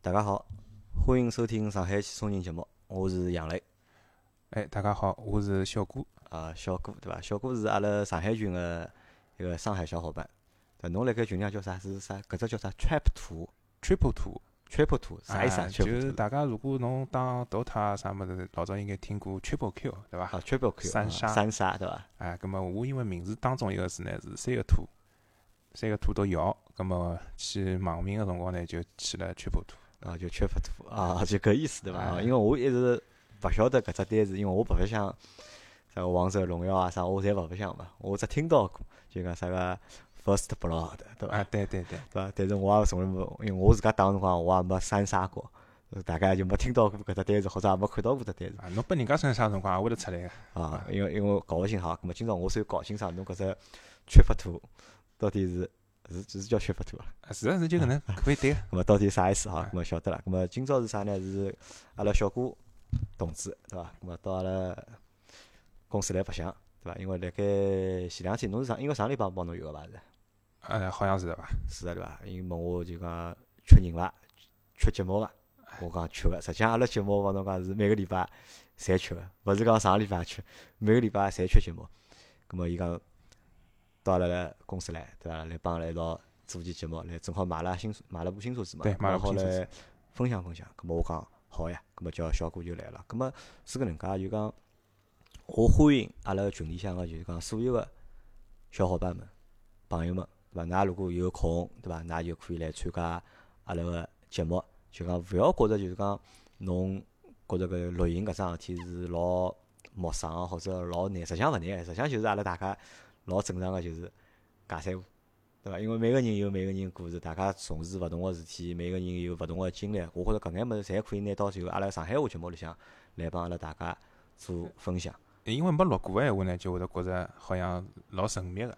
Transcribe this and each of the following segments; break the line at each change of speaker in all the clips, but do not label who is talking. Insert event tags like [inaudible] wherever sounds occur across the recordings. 大家好，欢迎收听上海汽车人节目，我是杨磊
哎，大家好，我是小顾。
啊，小顾对伐？小顾是阿拉上海群个一个上海小伙伴，对，侬辣盖群里向叫啥？是啥？搿只叫啥？Trap 图
Triple Two
，Trap 图啥意思
啊就是
？Trap 图
大家如果侬打 DOTA 啥物事，老早应该听过 Triple Q 对伐？
啊，Trap Q
三杀
三杀对伐？
啊，葛么我因为名字当中一个字呢是三个兔，三个兔都摇，葛么去网名个辰光呢就起了 Triple Two。
啊，就 Trap 图啊， [laughs] 就搿意思对伐？啊
哎
因为我一直勿晓得搿只单词，因为我勿白相啥王者荣耀啊啥，我侪勿白相嘛，我只听到过，就讲啥个 First Blood 对伐
啊，？对对对，
对伐？但是我也从来没，因为我自家打个辰光，我也没删杀过，呃大概就没听到过搿只单词，或者也没看到过搿只单词
啊，侬拨人家算啥辰光也会得出来个。
啊。因为因为我搞勿清哈，葛末今朝我算搞清爽侬搿只缺乏图到底是是是叫缺乏图伐？
啊，事实是就搿能，可以对个。
葛末到底啥意思哈？葛末晓得了。葛末今朝是啥呢？是阿拉小顾同志对伐？葛末到阿拉公司来白相对伐？因为辣盖前两天侬是上，因为上礼拜帮侬约个伐是？
呃，好像是的伐？
是的，对伐？伊问我就讲缺人伐？缺节目伐？我讲缺个。实际上，阿拉节目帮侬讲是每个礼拜侪缺个，勿是讲上个礼拜缺，每个礼拜侪缺节目。葛末伊讲到阿拉来公司来，对伐？来帮阿拉一道做期节目，来正好买了新买了部新车子嘛，
对买了
然
部
后
新车子
来分享分享。葛末我讲好呀，葛末叫小顾就来了。葛末是搿能介，就讲我欢迎阿拉群里向个就是讲所有个小伙伴们、朋友们，对伐？㑚如果有空，对伐？㑚就可以来参加阿拉个节目。就讲勿要觉着就是讲侬觉着搿录音搿桩事体是老陌生啊或者老难，实际上勿难的，实际上就是阿拉大家老正常个就是尬三胡，对伐？因为每个人有每个人故事，大家从事勿同个事体，每个人有勿同个经历。我觉着搿眼物事侪可以拿到就阿拉上海话节目里向来帮阿拉大家做分享。
因为没录过个闲话呢，就会得觉着好像老神秘个。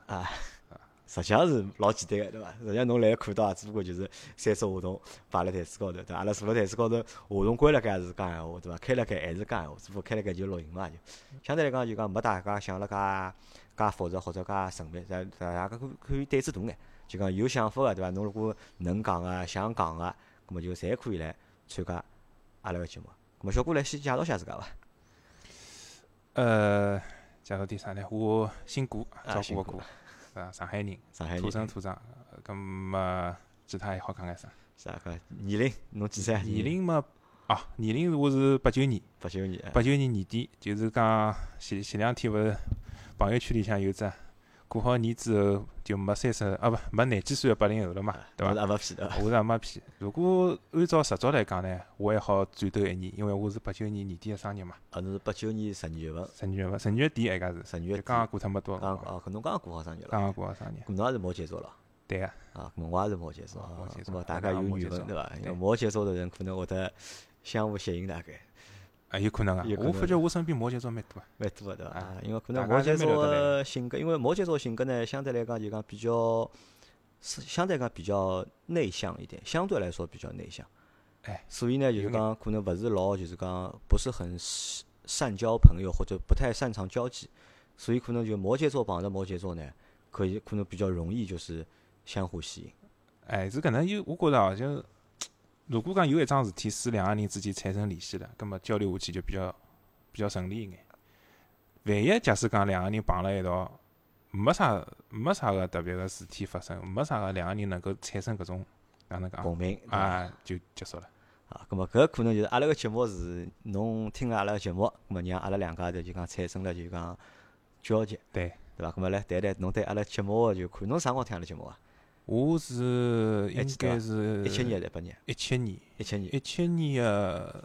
实际上是老简单个，对伐？实际上侬来看到啊，只不过就是三只话筒摆辣台子高头，对伐？阿拉坐辣台子高头，话筒关辣盖也是讲闲话，对伐？开辣盖还是讲闲话，只不过开辣盖就录音嘛，就相对来讲就讲没大家想了介介复杂或者介神秘，咱大家可可以胆子大眼，就讲有想法个，对伐？侬如果能讲个、想讲个，葛末就侪可以来参加阿拉个节目。葛末小哥来先介绍下自家伐？
呃，介绍点啥呢？我姓顾，
啊
照
姓
顾个
顾
顾，是吧？上海人，
上海
土
人
生土长。呃咁么，其他还好讲眼啥？
啥个年龄？侬几岁啊？
年龄嘛，哦，年龄我是八九年，
八九年。哎
八九年年底，就是讲前前两天勿是朋友圈里向有只过好年之后就没三十啊，勿没廿几岁个八零后了嘛，对伐？
伐？勿屁对伐？
我是阿妈批。如果按照实照来讲呢，我还好转头一年，因为我是八九年年底个生日嘛，
啊，侬是八九年十二月份。
十二月份，十二月底还家是，
十二月
就
底
刚刚过脱没多
刚
少辰
刚
光，
啊，搿侬刚刚过好生日了，
刚刚过个生日，
搿侬也是摩羯座了
对个，
啊，搿我也是摩羯座
啊
啊
摩羯，
搿
座
么大
啊
家有
大家摩
缘
羯
分
座
对伐？因为
对
摩羯座的人可能会得相互吸引，大概
啊，有可能啊
有，可
我
能
发觉我身边摩羯座蛮多啊，
蛮多的对伐？
啊
啊因为可能
大家
摩羯
侪蛮聊
座
得来
的性格，因为摩羯座性格呢，相对来讲就讲比较，是相对来讲比较内向一点，相对来说比较内向。
哎，
所以呢，就
有
是
眼
讲可能勿是老，就是讲不是很善善交朋友，或者不太擅长交际，所以可能就摩羯座碰着摩羯座呢，可以可能比较容易就是相互吸引。
哎，是搿能有，我觉着啊，就如果讲有一桩事体是两个人之间产生联系了，葛么交流下去就比较比较顺利一眼。万一假使讲两个人碰辣一道，没啥没啥个特别个事体发生，没啥个两个人能够产生搿种哪能讲
共鸣对伐
啊，就结束了。
啊，咁么搿可能就是阿拉个节目是侬听了阿拉个节目，咁么让阿拉两家头就讲产生了就讲交集，
对，
对伐？咁么啊来谈谈侬对阿拉节目个就看，侬啥辰光听阿拉节目啊？
我是
还
应
记得伐
该是
一七年还是一八年？
一七年，
一七年
一七年个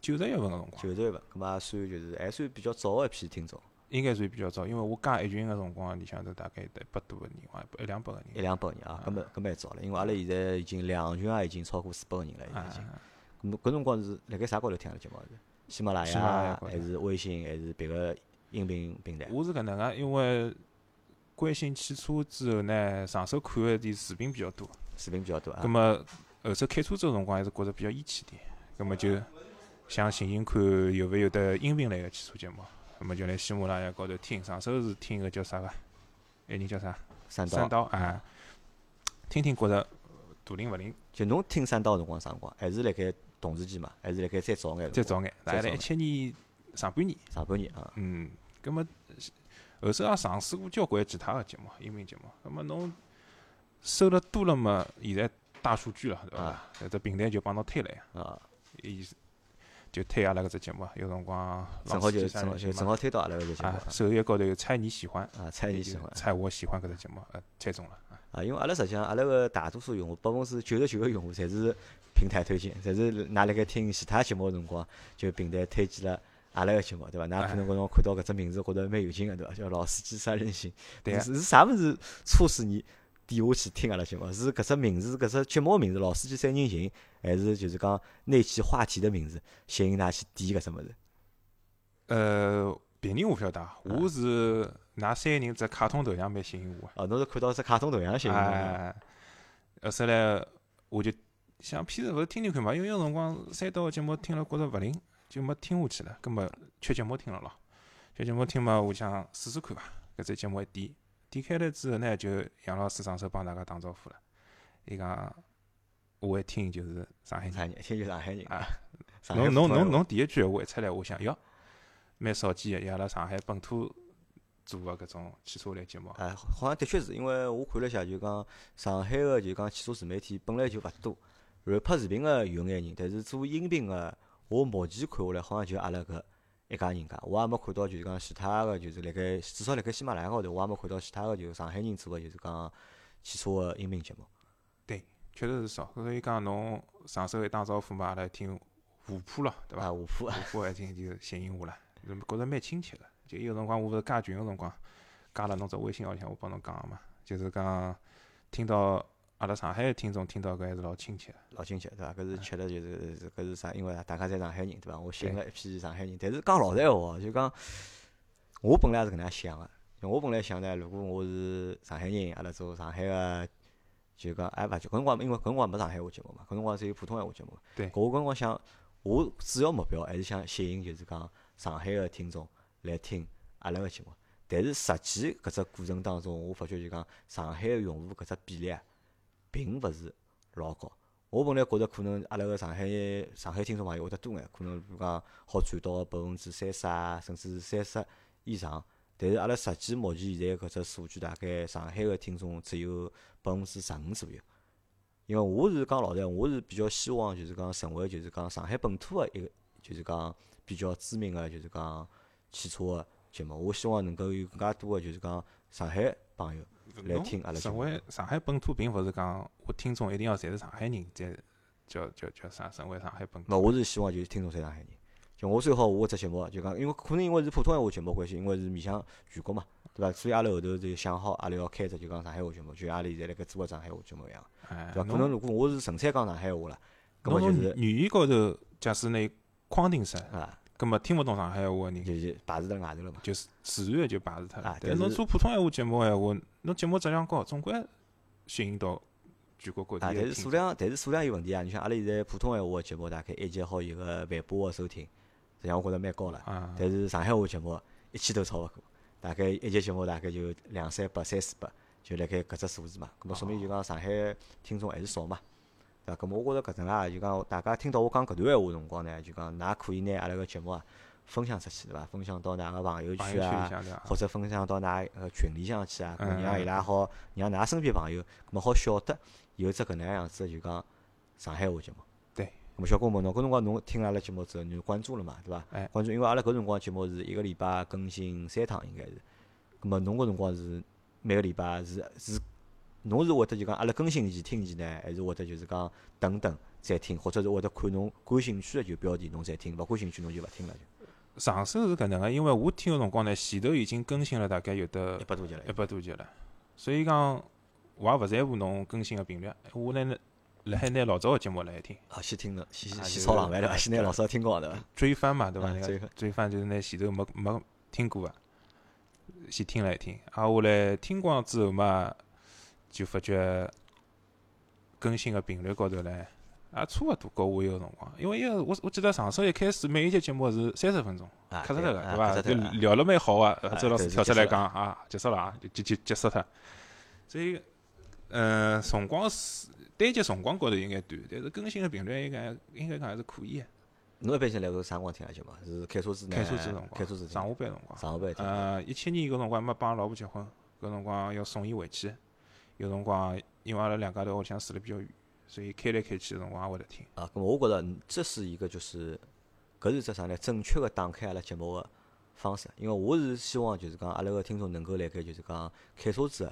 九十月份个辰光，
九十月份，咁么也算就是还算比较早个一批听众，
应该算比较早，因为我加一群个辰光里向头大概得一百多个人，一一两百个人
一。两百个人啊，搿么搿蛮早了，因为阿拉现在已经两群也已经超过四百个人了，已经。
啊
咁么搿辰光是辣盖啥高头听阿拉节目啊是？喜马拉
喜马拉雅
雅啊
高头
还是微信还是别个音频平台？
我是搿能介，因为关心汽车之后呢，上手看个点视频比较多，
视频比较多啊
葛。末后首开车子个辰光还是觉着比较厌气点，葛末就想寻寻看有勿有得音频类个汽车节目，葛末就来喜马拉雅高头听。上手是听个叫啥个，一人叫啥
三刀
三刀啊，听听觉着大灵勿灵，
就侬听三刀个辰光啥辰光？还是辣盖同时期嘛？还是辣盖再早眼？
再早眼，大概在一七年上半年，
上半年啊，
嗯，葛么呃后首也尝试过交关其他个节目，音频节目，葛么侬收入多了嘛？现在大数据了，对伐
啊？
搿只平台就帮侬推了呀，
啊，
伊就推阿拉搿只节目，有辰光
正
老
好
司
就
机三
正好
人
就
行
正
嘛
好推到阿拉搿个节目
啊，首页高头有猜你喜欢，
啊啊，猜
也
你
就
喜欢
猜我喜欢搿只节目，呃，猜中了，啊
啊，因为阿拉实际上阿拉个大多数用户，百分之九十九个用户，侪是平台推荐，侪是㑚辣盖听其他节目个辰光，就平台推荐了阿拉个节目，对伐？㑚可
哎
能搿辰光看到搿只名字，觉着蛮有劲个，对伐？叫老司机三人行，
对
是
啊
是啥物事促使你点下去听阿拉节目？是搿只名字，是搿只节目个名字《老司机三人行》，还是就是讲那期话题的名字吸引㑚去点搿只物事？
呃，别人我勿晓得啊，我是㑚三个人只卡通头像蛮吸引我的。啊
哦，侬是看到只卡通头像吸引侬的啊
哎，后首来我就想片子勿是听听看嘛，因为有辰光三刀个节目听了觉着勿灵，就没听下去了，葛末缺节目听了咯。缺节目听嘛，我想试试看伐，搿只节目一点点开了之后呢，就杨老师上手帮大家打招呼了。伊讲我一听就是上海人
上海人，一听就上海人
啊，
上海
侬
人
侬
普通
侬
话
侬第一句闲话一出来，我想哟，蛮少见个，伊阿拉上海本土做个搿种汽车类节目。
哎，好像的确是因为我看了一下，就讲上海个就讲汽车自媒体本来就勿多，然后拍视频个有眼人，但是做音频个，我目前看下来好像就阿拉搿一家人家，我也没看到就是讲其他个，就是辣盖至少辣盖喜马拉雅高头，我也没看到其他个就是上海人做个就是讲汽车个音频节目。
确实是少。所以讲侬上手一打招呼嘛，阿拉一听湖普咯，对伐？
啊，下铺
湖普一听就吸引我了，就觉着蛮亲切个。就有辰光我勿是加群个辰光，加了侬只微信号里向，我帮侬讲个嘛，就是讲听到阿拉上海个听众听到搿还是老亲切个。
老亲切，对伐？搿是吃的就是搿是啥？因为大家侪上海人，对伐？我寻了一批上海人，但是讲老实闲话哦，就讲我本来是搿能样想个，就我本来想呢，如果我是上海人，阿拉做上海个，就讲哎勿就搿辰光，因为搿辰光没上海话节目嘛，搿辰光只有普通闲话节目。
对
搿我搿辰光想，我主要目标还是想吸引就是讲上海个听众来听阿拉个节目。但是实际搿只过程当中，我发觉就讲上海个用户搿只比例啊，并勿是老高。我本来觉着可能阿拉个上海上海听众朋友会得多眼，可能比如讲好占到百分之三十啊，甚至是三十以上。但是阿拉实际目前现在搿只数据大概上海个听众只有百分之十五左右。因为我是讲老实闲话，我是比较希望就是讲成为就是讲上海本土个一个就是讲比较知名个就是讲汽车个节目。我希望能够有更加多个就是讲上海朋友来
侬
听阿拉节
成
目
为上海本土，并勿是讲我听众一定要侪是上海人，才叫叫叫啥成为上海本
那
土。
我是希望就是听众侪上海人。就我最好我搿只节目啊就讲，因为可能因为是普通闲话节目关系，因为是面向全国嘛，对伐？所以阿拉后头就想好，阿拉要开只就讲上海话节目，就像阿拉现在辣盖做个上海话节目一样，
哎，
对伐？可
侬
能如果我是纯粹讲上海话了，搿么
侬
就
从
是
语言高头，假使拿伊框定死，
啊，
葛末听勿懂上海话个人，
就是排除在外头了嘛。
就是自然就排除脱
啊
了。
但
但侬
是
做普通闲话节目闲话，侬节目质量高，总归吸引到全国各地
啊，但
的
是
听
数
众。
量，但是数量有问题啊！你像阿拉现在普通闲话个节目，大概一集好有个万把个收听，实际上我觉着蛮高了。
啊，
但是上海话节目一千都超勿过，大概一集节目大概就两三百、三四百，就辣盖搿只数字嘛。
哦
咁么啊说明就讲上海听众还是少嘛，对伐？咁么我觉着搿能啊，就讲大家听到我讲搿段闲话辰光呢，就讲㑚可以拿阿拉个节目啊分享出去，对伐？分享到㑚个朋友
朋
圈
友圈
啊
里，向对伐？
或者分享到㑚呃群里向去啊，
嗯
让伊拉好，让㑚身边朋友，咁么好晓得有只搿能样子的就讲上海话节目。
对
咁么小郭问侬，搿辰光侬听阿拉节目之后，侬就关注了嘛，对伐
哎？
关注，因为阿拉搿辰光节目是一个礼拜更新三趟，应该是。咁么侬搿辰光是每个礼拜是是，侬是会得就讲阿拉更新前听前呢，还是会得就是讲等等再听，或者是会得看侬感兴趣的就标题侬再听，勿感兴趣侬就勿听了就。
上手是搿能个，因为我听个辰光呢，前头已经更新了大概有得
一百多集了
一，百多集了，所以讲我也勿在乎侬更新个频率，我呢辣海拿老早个节目来听，
啊，先听了，先先
啊就
先
是
炒冷饭对伐？先拿老早听光对伐？
追番嘛，对伐？
啊
人家
追番
追番就是拿前头没没听过个，先听了一听，挨下来听光之后嘛，就发觉更新个频率高头唻，也差勿多高我有个辰光，因为一个我我记得上首一开始每一集节目是三十分钟，
啊，
磕着
对
脱个
啊
对
磕
伐？
着
就
脱个啊
聊了蛮好个，呃
哎
周老师
对
跳
就
出
结
来
束了
讲啊，结束了啊，就就就结束脱。所以呃，辰光是单节辰光高头应该短，但是更新的频率应该应该讲还是可以的。啊
侬一般性来是啥辰光听啊节目？是开车子呢？
哎开车子辰光，
开车子听
上下班辰光。
上下班听。
呃，一七年搿辰光没帮老婆结婚，搿辰光要送伊回去，有辰光因为阿拉两家头屋里向住了比较远，所以开来开去的辰光也会得听。
啊，咁我觉着这是一个就是，搿是只啥呢？正确个打开阿拉节目个方式，因为我是希望就是讲阿拉个听众能够辣盖就是讲开车子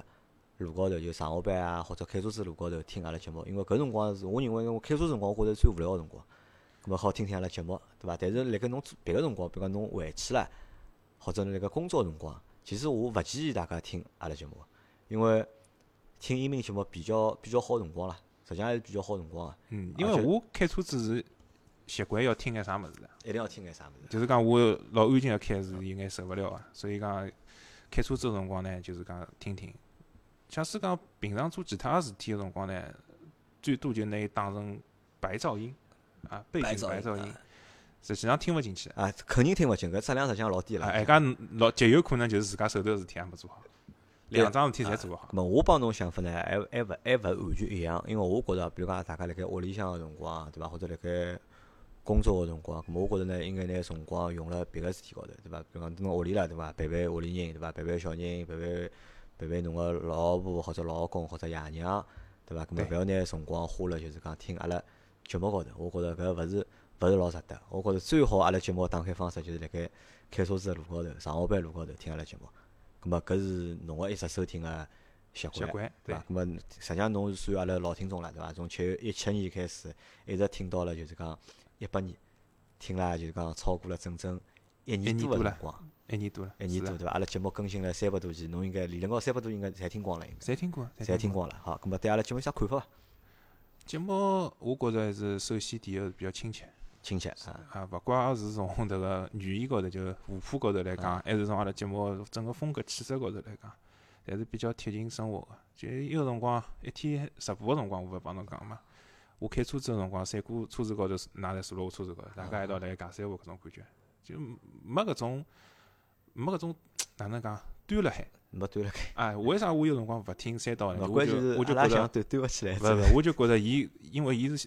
个路高头，就上下班啊，或者开车子路高头听阿拉节目，因为搿辰光是我认为因为我开车辰光，我觉着是最无聊个辰光，咁么好听听阿拉节目，对伐？但是辣盖侬做别个辰光，比如讲侬回去了，或者侬辣盖工作辰光，其实我勿建议大家听阿拉节目的，因为听音频节目比较比较好辰光啦，实际上还是比较好辰光啊，
嗯，
而
因为
且
我开车子是习惯要听眼啥物事的，
一定要听眼啥物事。
就是讲我老安静个开是有眼受勿了啊，所以讲开车子个辰光呢，就是讲听听。假使讲平常做其他事体个辰光呢，最多就拿伊当成白噪音啊，背景白噪音，实际上听勿进去。
啊，肯定听勿进，搿质量实际上老低了。
啊，哎，搿老极有可能就是自家手头个事体还没做好，
对
两桩事体侪做勿好。
咁么我帮侬想法呢，还还勿还勿完全一样，因为我觉着，比如讲大家辣盖屋里向个辰光，对伐，或者辣盖工作个辰光，咁么我觉着呢，应该拿辰光用辣别个事体高头，对伐？比如讲侬屋里了，对伐？陪陪屋里人，对伐？陪陪小人，陪陪陪陪侬个老婆或者老公或者爷娘，对伐？咁么啊
对
勿要拿辰光花了就是讲听阿拉节目高头，我觉着搿勿是勿是老值得。我觉着最好阿拉节目打开方式就是辣盖开车子个路高头、上下班路高头听阿拉节目。咁么搿是侬个一直收听个习
习
惯，
惯
对
对
伐？，咁么实际上侬是算阿拉老听众了，对伐？从七一七年开始，一直听到了就是讲一八年，听了就是讲超过了整整一
一
年
年
多个
多
辰
了
光，
一年多了，
一年
是
多
的，
对伐？阿拉节目更新了三百多期，侬应该理论高三百多应该侪听光了，应
侪听过，
该侪听。光了。好，咁么对阿拉节目有啥看法伐？
节目我觉着还是首先第一个是比较亲切
亲切啊，
啊，勿怪是从迭个语言高头，就是舞谱高头来
啊
讲，还是从阿拉节目整个风格气质高头来讲，侪是比较贴近生活个。就有辰光一天直播个辰光，我勿帮侬讲嘛。我开车子个辰光，三哥车子高头，㑚侪坐辣我车子高头，大家一道来尬三胡搿种感觉，就没搿种没搿种哪能讲端辣海。
没对了该，
哎，为啥我有辰光勿听三刀呢？
勿
啊我
关
就
键是
我
阿
就
拉
觉
想
着，
对对勿起来，
勿勿，我就觉着伊，因为伊是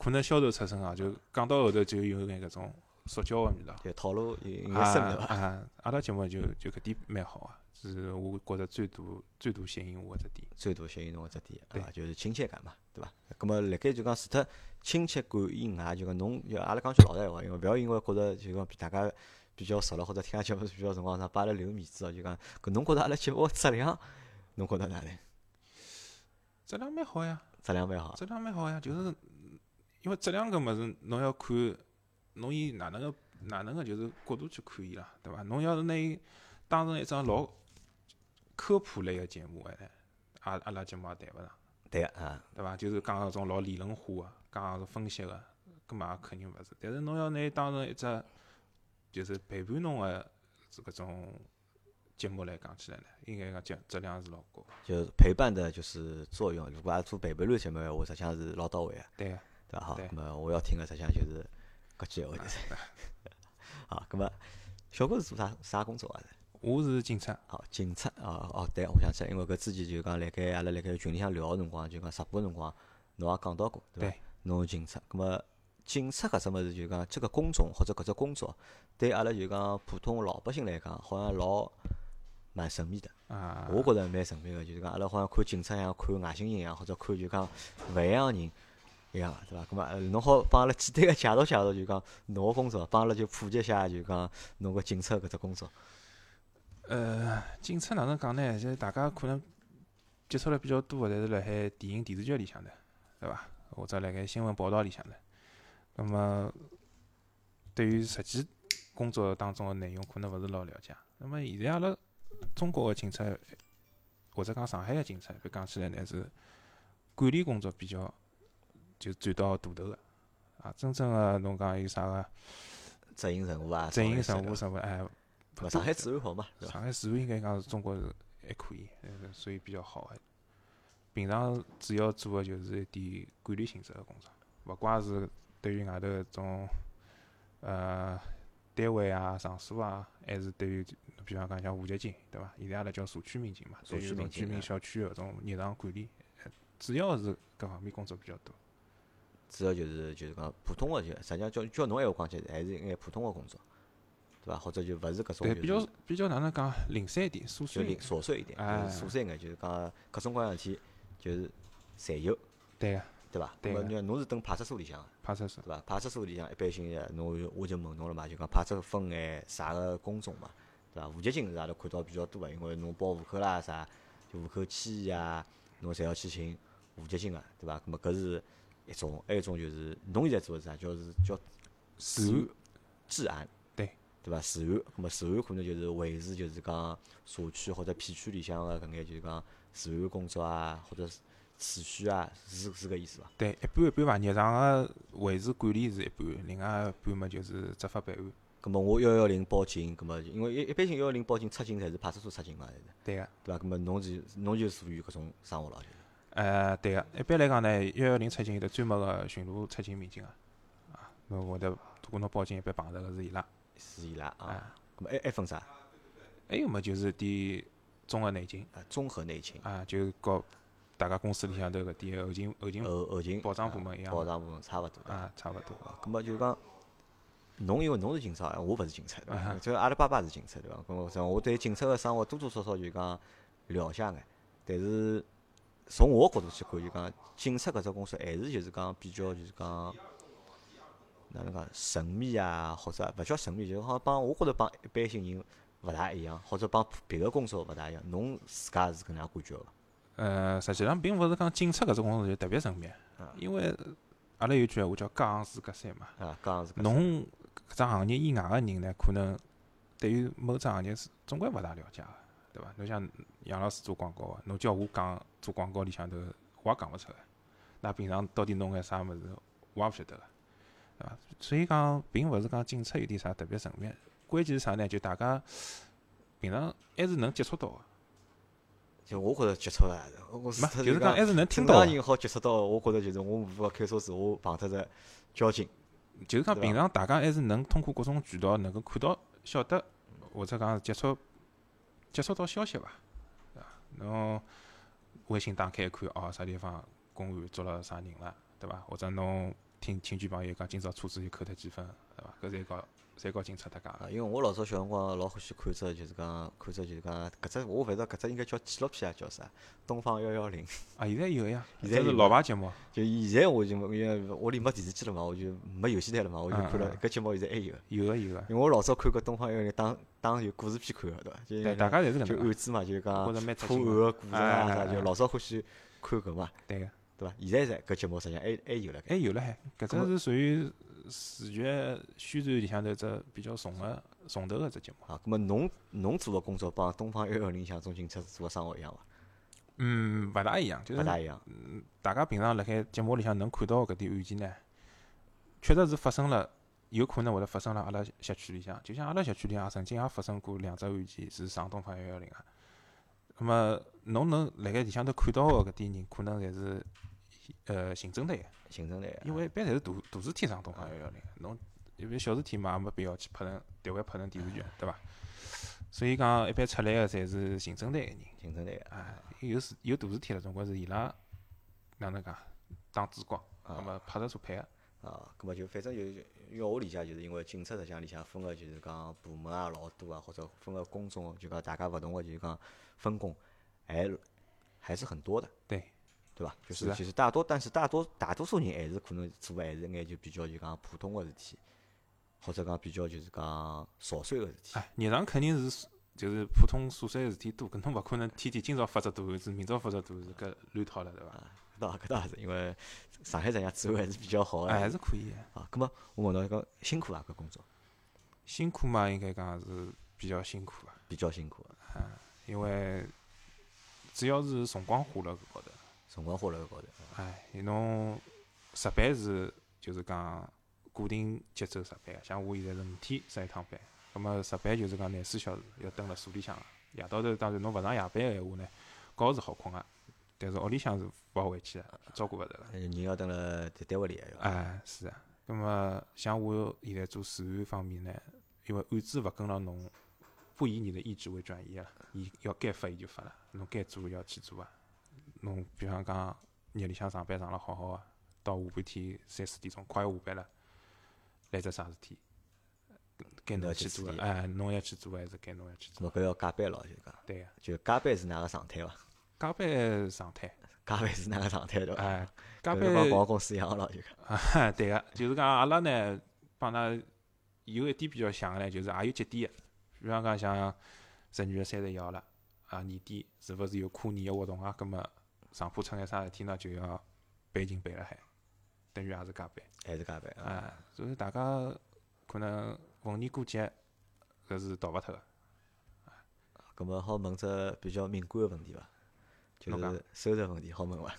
可能销售出身啊，就讲到后头就有眼搿种塑胶个味道。
对套路有有
啊
深对伐？
啊！阿拉节目就就搿点蛮好啊，是我觉着最大最大吸引我搿只点。
最大吸引侬个只点，
对
啊，就是亲切感嘛，对伐？咁么，辣盖就讲除脱亲切感以外，就讲侬，就阿拉讲句老实闲话，因为勿要因为觉着就讲比大家比较熟了，或者听阿拉节目比较辰光长，帮阿拉留面子哦，就讲搿侬觉着阿拉节目质量，侬觉着哪能？
质量蛮好呀，
质量蛮好，
质量蛮好呀，就是因为质量搿物事，侬要看侬以哪能个哪能个就是角度去看伊啦，对伐？侬要是拿伊当成一张老科普类个节目哎，阿阿拉节目也谈勿上。
对个啊，
对伐？就是讲搿种老理论化个，讲搿种分析个，搿么也肯定勿是。但是侬要拿伊当成一只，就是陪伴侬个搿种节目来讲起来呢，应该讲质质量是老高。
就是陪伴的就是作用。如果阿拉做陪伴类节目，闲话实际上是老到位个。
对个，
对伐？好，
对
咁么我要听个实际上就是搿句闲话就是。
啊
[laughs] 好，咁么小哥是做啥啥工作啊？
我是警察，
哦，警察哦哦，对，我想起来，因为搿之前就讲辣盖阿拉辣盖群里向聊个辰光，就讲直播个辰光，侬也讲到过，对伐
对？
侬是警察，葛末警察搿只物事就讲这个工种或者搿只工作，对阿拉就讲普通老百姓来讲，好像老蛮神秘的。
啊，
我觉着蛮神秘个，就是讲阿拉好像看警察一样，看外星人一样，或者看就讲勿一样个人一样，对伐？咁么呃侬好帮阿拉简单个介绍介绍，就讲侬个工作，帮阿拉就普及一下，就讲侬个警察搿只工作。
呃，警察哪能讲呢？就是大家可能接触了比较多的，侪是辣海电影、电视剧里向的，对伐？或者辣盖新闻报道里向的。那么，对于实际工作当中的内容，可能勿是老了解。那么现在阿拉中国的警察，或者讲上海的警察，一般讲起来呢是管理工作比较就占到大头的。啊，真正的侬讲有啥个
啊执行任务啊，
执行
啥
任
物
务
事
什么？哎，
对伐上海治安好嘛，对伐？
上海市应该讲是中国是还可以，呃，所以比较好的。平常主要做的就是一点管理性质的工作，勿怪是对于外头搿种呃单位啊、场所啊，还是对于比方讲像户籍警，对伐？现在阿拉叫社区民警嘛，
社
对于
区
搿
民
种
警
居
啊
民小区的搿种日常管理，呃主要是搿方面工作比较多。
主要就是就是讲普通个，就实际上叫叫侬闲话讲起来，还是一眼普通个工作，对伐？或者就勿是搿种
对，
就
比较
是
比较哪能讲零散一点，琐
就
碎一
零
点。
琐碎一点，
哎
就是琐碎一眼，就是讲各种各样的事体，就是侪有，
对啊个，
对伐？
对
咾么
个
侬侬是蹲派出所里向个，
派出所。
对伐？派出所里向一般性的，侬就我就问侬了嘛，就讲派出所分眼啥个工种嘛，对伐？户籍警是阿拉看到比较多个，因为侬报户口啦啥，就户口迁移啊，侬侪要去寻户籍警个，啊对伐？咁么搿是一种，还有一种就是侬现在做的是啥？叫是叫
治安
治安，
对
对伐？治安，咁么治安可能就是维持就是讲社区或者片区里向个搿眼就是讲治安工作啊，或者是秩序啊，是是搿意思伐？
对，一半一半吧。日常个维持管理是一半，另外一半嘛就是执法办案。
咁么我幺幺零报警，咁么因为一一般性幺幺零报警出警侪是派出所出警嘛，侪是
对个，
对伐？咁么啊侬就侬就属于搿种生活了，就是
呃，对个。一般来讲呢，幺幺零出警有得专门个巡逻出警民警啊，啊，侬会得如果侬报警一般碰着个是伊拉
是伊拉啊。
啊。
咁么还还分啥？
还有么就是点综合内勤
啊，综合内勤、
啊，就搞大家公司里向头搿点后勤后勤
后后勤、
保障部
啊
门一样
保障部门差勿多。
啊，差勿多。
咁么就是讲，侬因为侬是警察，我勿是警察，
啊
对伐？就是阿拉爸爸是警察，对伐？咁么像我对警察个生活多多少少就是讲了解眼，但是从我角度去看，就讲警察搿只工作还是就是讲比较就是讲。哪能讲神秘啊，或者勿叫神秘，就是好像帮我觉着帮一般性人勿大一样，或者帮别个工作勿大一样。侬自家是搿能样感觉个伐？
呃，实际上并勿是讲警察搿只工作就特别神秘
啊，
因为阿拉有句闲话叫隔行如隔山嘛。
啊，讲是搿种
侬搿只行业以外个人呢，可能对于某只行业是总归勿大了解个，对伐？侬像杨老师做广告个，侬叫我讲做广告里向头，我也讲勿出来。那平常到底弄眼啥物事，我也勿晓得个，对伐？所以讲，并勿是讲警察有点啥特别神秘，关键是啥呢？就大家平常还是能接触到个，
就我觉着接触啊，我
没
特
就
讲
是讲还是能听
正
到
常
的。
人好接触到，我觉着就是我无法开车子，我碰脱只交警，
就是讲
对
平
伐
常大家还是能通过各种渠道能够看到、晓得，或者讲是接触接触到消息伐，对伐？侬微信打开一看，哦，啥地方公安捉了啥人了，对伐？或者侬听亲戚朋友讲，今朝车子又扣脱几分，对伐？搿侪搞侪搞警察搭界
啊
个，
因为我老早小辰光老欢喜看只，就是讲看只就是讲搿只，我勿晓得搿只应该叫纪录片啊，叫啥？东方幺幺零。 [laughs]
啊，现在有呀，
现
现
在
在是
有
老牌节目，
就现在我已经因为屋里没电视机了嘛，我就没游戏台了嘛，我就
嗯
看了
嗯
搿节目现在还有。
有个有个，
因为我老早看过东方幺幺零当当有故事片看个对伐？就
对，
是
大家侪是
就
搿能个，
案子嘛，就是讲
觉着蛮
破案
出名，
个故事啊
哎
啥，
哎
就
哎
老早欢喜看搿嘛，
对个。
对伐？现在在搿节目实际上还还有了该。
还哎有了海，搿
咾么
只是属于视觉宣传里向头只比较重个重头个只节目。
啊，咁么侬侬做个工作帮东方幺幺零像中警察做个生活一样伐？
嗯，勿大一样，就是
勿大一样，
大家平常辣盖节目里向能看到的搿点案件呢，确实是发生了，有可能会得发生了阿拉辖区里向。就像阿拉辖区里向曾经也发生过两只案件是上东方幺幺零个。啊那么侬能辣盖里向头看到的搿点人，可能侪是呃行政类个，
行政类啊。
因为一般侪是大大事体上东方幺幺零，啊侬一般小事体嘛也没必要去拍成调位拍成电视剧，对伐？所以讲一般出来个侪是行政队个人。
行政类啊，
啊，有事有大事体了，总归是伊拉哪能讲当主角，那么派出所配合。
啊，咁么就反正就是，因为我理解就是因为警察实际上里向分个就是讲部门啊老多啊，或者分个工种，就讲大家勿同个就是讲分工，还还是很多的，
对，
对伐？就是
的
其实大多，但是大多大多数人还是可能做的还是眼就比较就讲普通个事体，或者讲比较就是讲琐碎个事 [laughs] 体。
哎，日常肯定是就是普通琐碎个事体多，搿侬勿可能天天今朝发只大案子，明朝发只大案子，搿乱套了，对伐？
啊，搿倒搿倒也是因为上海实际上治安还是比较好个
哎，还是可以的，
啊，咁么我问侬一个辛苦啊伐？搿工作
辛苦嘛，应该讲是比较辛苦啊，
比较辛苦啊，
因为主要是辰光花了搿高头。
辰光花辣搿高头啊
哎，侬值班是就是讲固定节奏值班，像我现在是五天值一趟班，葛么值班就是讲廿四小时要蹲辣所里向个。夜到头当然侬勿上夜班个闲话呢，觉是好困个，但是屋里向是勿好回去个，照顾勿着个。
呃人要蹲辣单单位里还要
哎，是啊。葛么像我现在做治安方面呢，因为案子勿跟牢侬，不以你的意志为转移了，伊要该发伊就发了，侬该做要去做啊。侬比方讲夜里向上班上了好好个、到下半天三四点钟快要下班了，来只啥事体，该
侬
侬
要
去
去
做
处
个，
理嗯
哎，侬要去做还是该侬要去做？
侬搿要加班咯，就讲，
对个，
就加班是哪个常态伐？
加班状态，
[laughs] 加班是哪个常态呃对伐？
哎，加
搿辰光
班
广告公司一样咯，就讲，
啊，对个，就是讲阿拉呢，帮㑚有一点比较像个呢，就是也有节点个，比方讲像十二月三十一号了，啊，年底是勿是有跨年个活动啊？葛末上铺出眼啥事体呢，就要备勤备了海，等于也是加班
还是加班啊。
啊。所以大家可能逢年过节搿是逃勿脱个，啊
咁么好问只比较敏感个问题伐？就
侬讲
是收入问题，好问伐？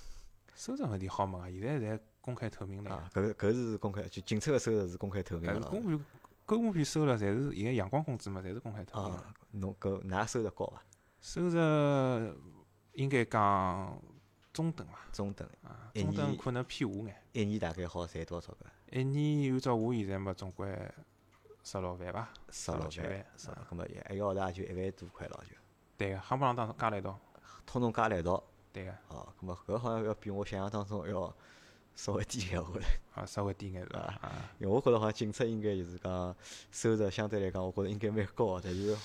收入问题好问啊，现在侪公开透明了呀，
啊，搿搿是公开，就警察个收入是公开透明
但
个
是
咯
公。务员公务员收入侪是现在阳光工资嘛，侪是公开透明个。
啊，侬搿㑚收入高啊伐？
收入应该讲中等伐，
中等，
啊，
一
中等
年
可能偏下眼。
一年大概好赚多少钞票？
一年按照我现在嘛，总归十六万伐，
十
六
六
七
万
万，
十六，搿么一一个号头也就一万多块咯，就
对个，夯不啷当加了一道，
通通加来一道。
对啊个，
哦，搿么搿好像要比我想象当中要稍微低眼我觉着，
啊，稍微低眼是伐？
啊
啊，
因为我觉着好像警察应该就是讲收入相对来讲，我觉着应该蛮高的，但是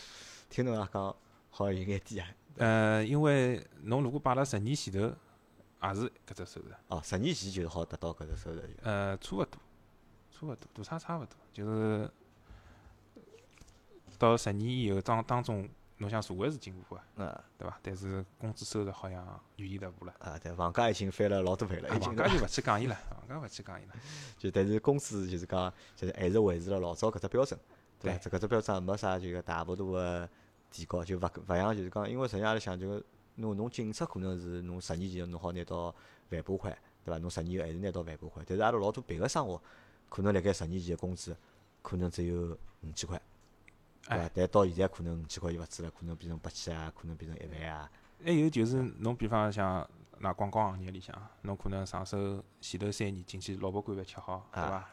听侬也讲好像有眼低啊。
呃，因为侬如果摆辣十年前头，也是搿只收入，
哦，十年前就是好达到搿只收入就。
呃，差勿多，差勿多，大差差勿多，就是到十年以后当当中，侬想社会是进步个，
啊
对伐？但是工资收入好像远远达不了。
啊，对，房价已经翻了老多倍了，
啊
已
房
经
价
了
就勿去讲伊了，房价勿去讲伊了。
就但是工资就是讲，就是还是维持了老早搿只标准，对伐？
对
这搿只标准也没啥就个大幅度个提高，就勿勿像就是讲，因为实际上阿拉想就侬侬警察可能是侬十年前侬好拿到万把块，对伐？侬十年后还是拿到万把块，但是阿拉老多别个生活，可能辣盖十年前个工资可能只有五千块。对伐
哎？
但到现在可能五千块就勿止了，可能变成八千啊，可能变成一万啊。
[laughs] 还有就是，侬比方像㑚广告行业里向，侬可能上手前头三年进去老百官饭吃好，对伐
啊？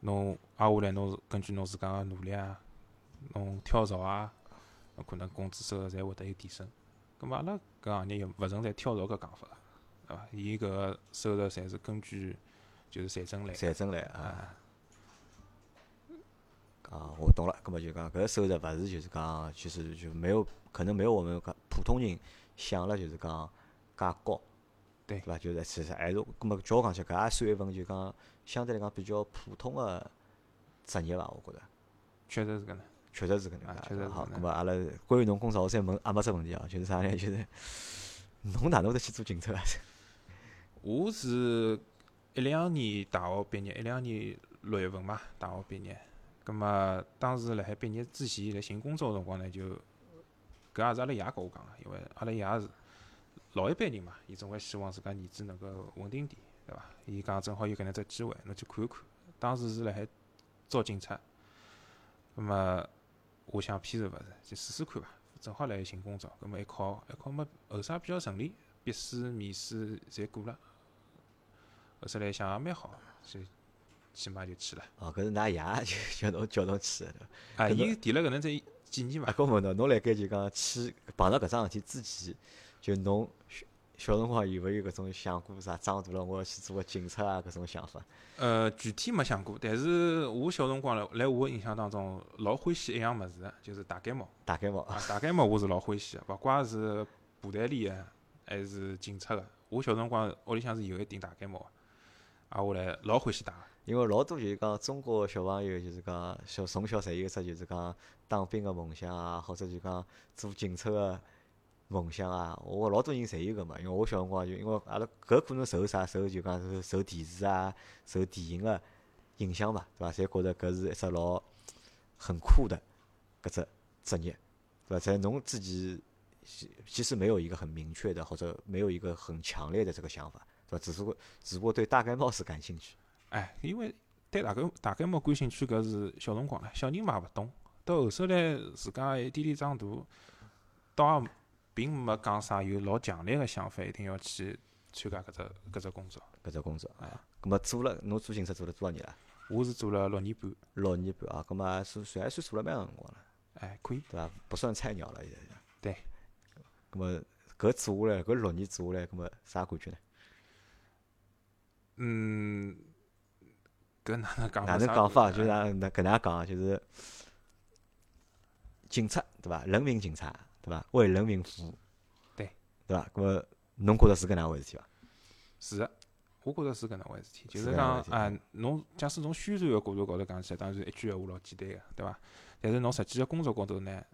侬挨下来，侬是根据侬自家个努力啊，侬跳槽啊，侬可能工资收入侪会得有提升。咁么阿拉搿行业又勿存在跳槽搿讲法个，对伐？伊搿个收入侪是根据就是财政来的
财政来啊。
啊，
啊，我懂了，葛么就讲搿收入勿是就是讲，其实就没有可能没有我们讲普通人想了就是讲介高，
对
伐？就是其实还是葛么叫我讲起来，搿也算一份就讲相对来讲比较普通个职业伐？我觉着
确实是搿能。
确实是搿能介
啊
的。
确实是
好
搿，
葛
能
么阿拉关于侬工作，我再问阿没只问题啊，就是啥呢？就是 [laughs] 侬哪能会得去做警察啊？
我是一两年大学毕业，一两年六月份嘛，大学毕业。咁么当时辣海毕业之前，辣寻工作个辰光呢，就搿也是阿拉爷跟我讲个，因为阿拉爷是老一辈人嘛，伊总归希望自家儿子能够稳定点，对伐？伊讲正好有搿能只机会，侬去看一看。当时是辣海招警察，咁么我想偏是勿是，就试试看伐。正好辣海寻工作，咁么一考一考嘛，后生比较顺利，笔试、面试侪过了。后头来想也蛮好，所以起码就去了。
哦，搿是㑚爷就叫侬叫侬去个对伐？
啊，
搿是
伊提了搿能只建议
[laughs] 啊，
嘛，
搿问侬，侬辣盖就讲去碰到搿桩事体之前，就侬小小辰光有勿有搿种想过啥长大了我要去做个警察啊搿种想法？
呃，具体没想过，但是我小辰光了，来我个印象当中，老欢喜一样物事的，就是大感冒
大概冇
啊，大感冒我是老欢喜的，勿怪是部队里个啊还是警察个，我小辰光屋里向是有一顶大感冒的，啊，我来老欢喜打的，
因为老多就是讲中国个小朋友就是讲小从小侪有一只就是讲当兵个梦想啊，或者就讲做警察个梦想啊。我老多人侪有搿嘛，因为我小辰光就因为阿拉搿可能受啥受就讲受受电视啊、受电影个影响嘛，对伐？侪觉着搿是一只老很酷的搿只职业，对伐？在侬自己其其实没有一个很明确的或者没有一个很强烈的这个想法，对吧？只是会只不过对大概貌是感兴趣。
哎，因为对大概大概没感兴趣，搿是小辰光了，小人嘛也勿懂。到后首来自家一点点长大，倒也并没讲啥有老强烈个想法，一定要去参加搿只搿只工作。
搿只工作
啊。
咁么做了，侬做警察做了多少年了？
我是做了六年半，
六年半啊，咁么也算算还算做了蛮长辰光了，
哎，可以。
对伐？不算菜鸟了现在。
对。
咁么搿做下来，搿六年做下来，咁么啥感觉呢？
嗯，搿哪能讲？哎
哪能讲法？就是哪能搿能讲，啊就是警察对伐？人民警察对伐？为人民服务，
对
对伐？搿么侬觉着是搿能回事体伐？
是的，我觉着是搿能回事体，就是是
搿能
讲
回事体
啊，侬假使从宣传个角度高头讲起来，当然一句闲话老简单个，对伐？但是侬实际个工作高头呢，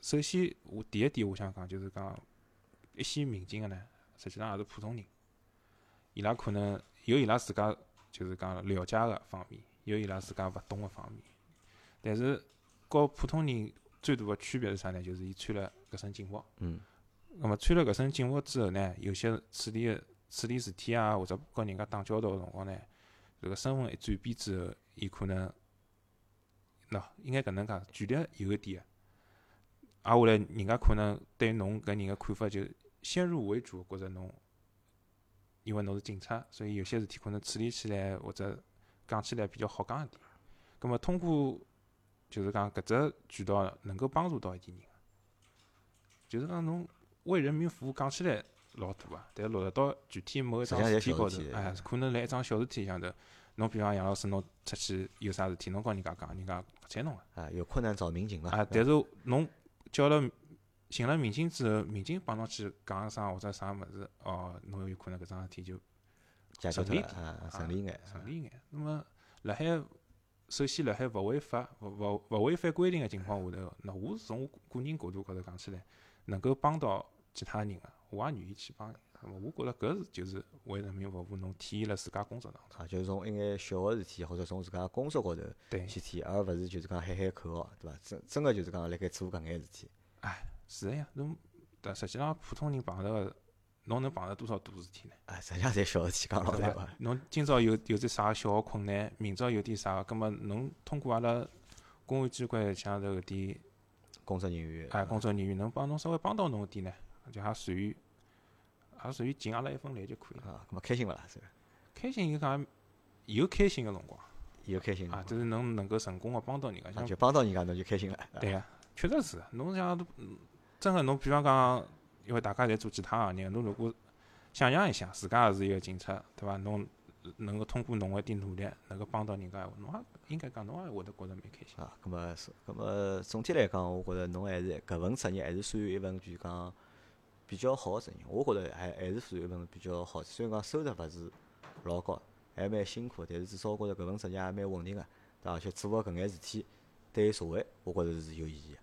首先我第一点我想讲就是讲，一些民警个呢，实际上也是普通人，伊拉可能有伊拉自家就是讲了解个方面，有伊拉自家勿懂个方面，但是和普通人最大个区别是啥呢？就是伊穿了搿身警服。
嗯，
那么穿了搿身警服之后呢，有些处理个处理事体啊，或者跟人家打交道个辰光呢，这个身份一转变之后，伊可能，喏，应该搿能讲，距离有一点啊，挨下来人家可能对侬搿人个看法就先入为主，觉着侬，因为侬是警察，所以有些事体可能处理起来或者讲起来比较好讲一点。葛么通过就是讲搿只渠道能够帮助到一点人，就是讲侬为人民服务讲起来老大啊，但落实到具体某一桩
实际上
事
侪
体
小
高
事
头
体，
哎，可能辣一桩小事体上头，侬比方杨老师侬出去有啥事体，侬跟人家讲，人家勿睬侬个。
啊，有困难找民警嘛？
啊，但是侬叫了寻了民警之后，民警帮侬去讲一声或者啥物事，哦，侬有可能搿桩事体就
解决
顺
脱
利
了啊，顺利眼。
顺利眼。那么辣海首先辣海勿违法、勿勿勿违反规定个情况下头，那我是从我个人角度高头讲起来，能够帮到其他人个，我也愿意去帮。啊那么我觉着搿是就是为人民服务，侬体现了自家工作当中。
啊，就是从一眼小个事体，或者从自家工作高头
对，
去体，而勿是就是讲喊喊口号，对伐？真真个就是讲辣盖做搿眼事体，
是个呀。侬但实际上普通人碰着个，侬能碰着多少大事体呢？
啊，实际上侪小事体，讲老
对
实
伐
话。
侬今朝有有只啥小个困难，明朝有点啥，葛末侬通过阿拉公安机关像头搿点
工作人员
啊工作人员能帮侬稍微帮到侬一点呢，就也属于也属于尽阿拉一份力就可以了。
啊，搿么开心勿啦？是伐
开心就讲有开心个辰光
有开心
啊，就是能能够成功个帮到人家，
啊
像
就帮到人家，侬就开心了。啊
对个、确实是。侬像嗯真个侬比方讲，因为大家侪做其他行业，侬如果想象一下，自家也是一个警察，对伐？侬能够通过侬个一点努力，能够帮到人家，闲话，侬也应该讲侬也会得觉着蛮开心。
啊，咁么是，咁么总体来讲，我觉着侬还是搿份职业还是算一份就是讲比较好个职业，我觉着还还是算一份比较好。虽然讲收入勿是老高，还蛮辛苦，但是至少我觉着搿份职业也蛮稳定个，对伐而且做个搿眼事体对社会，我觉着是有意义个。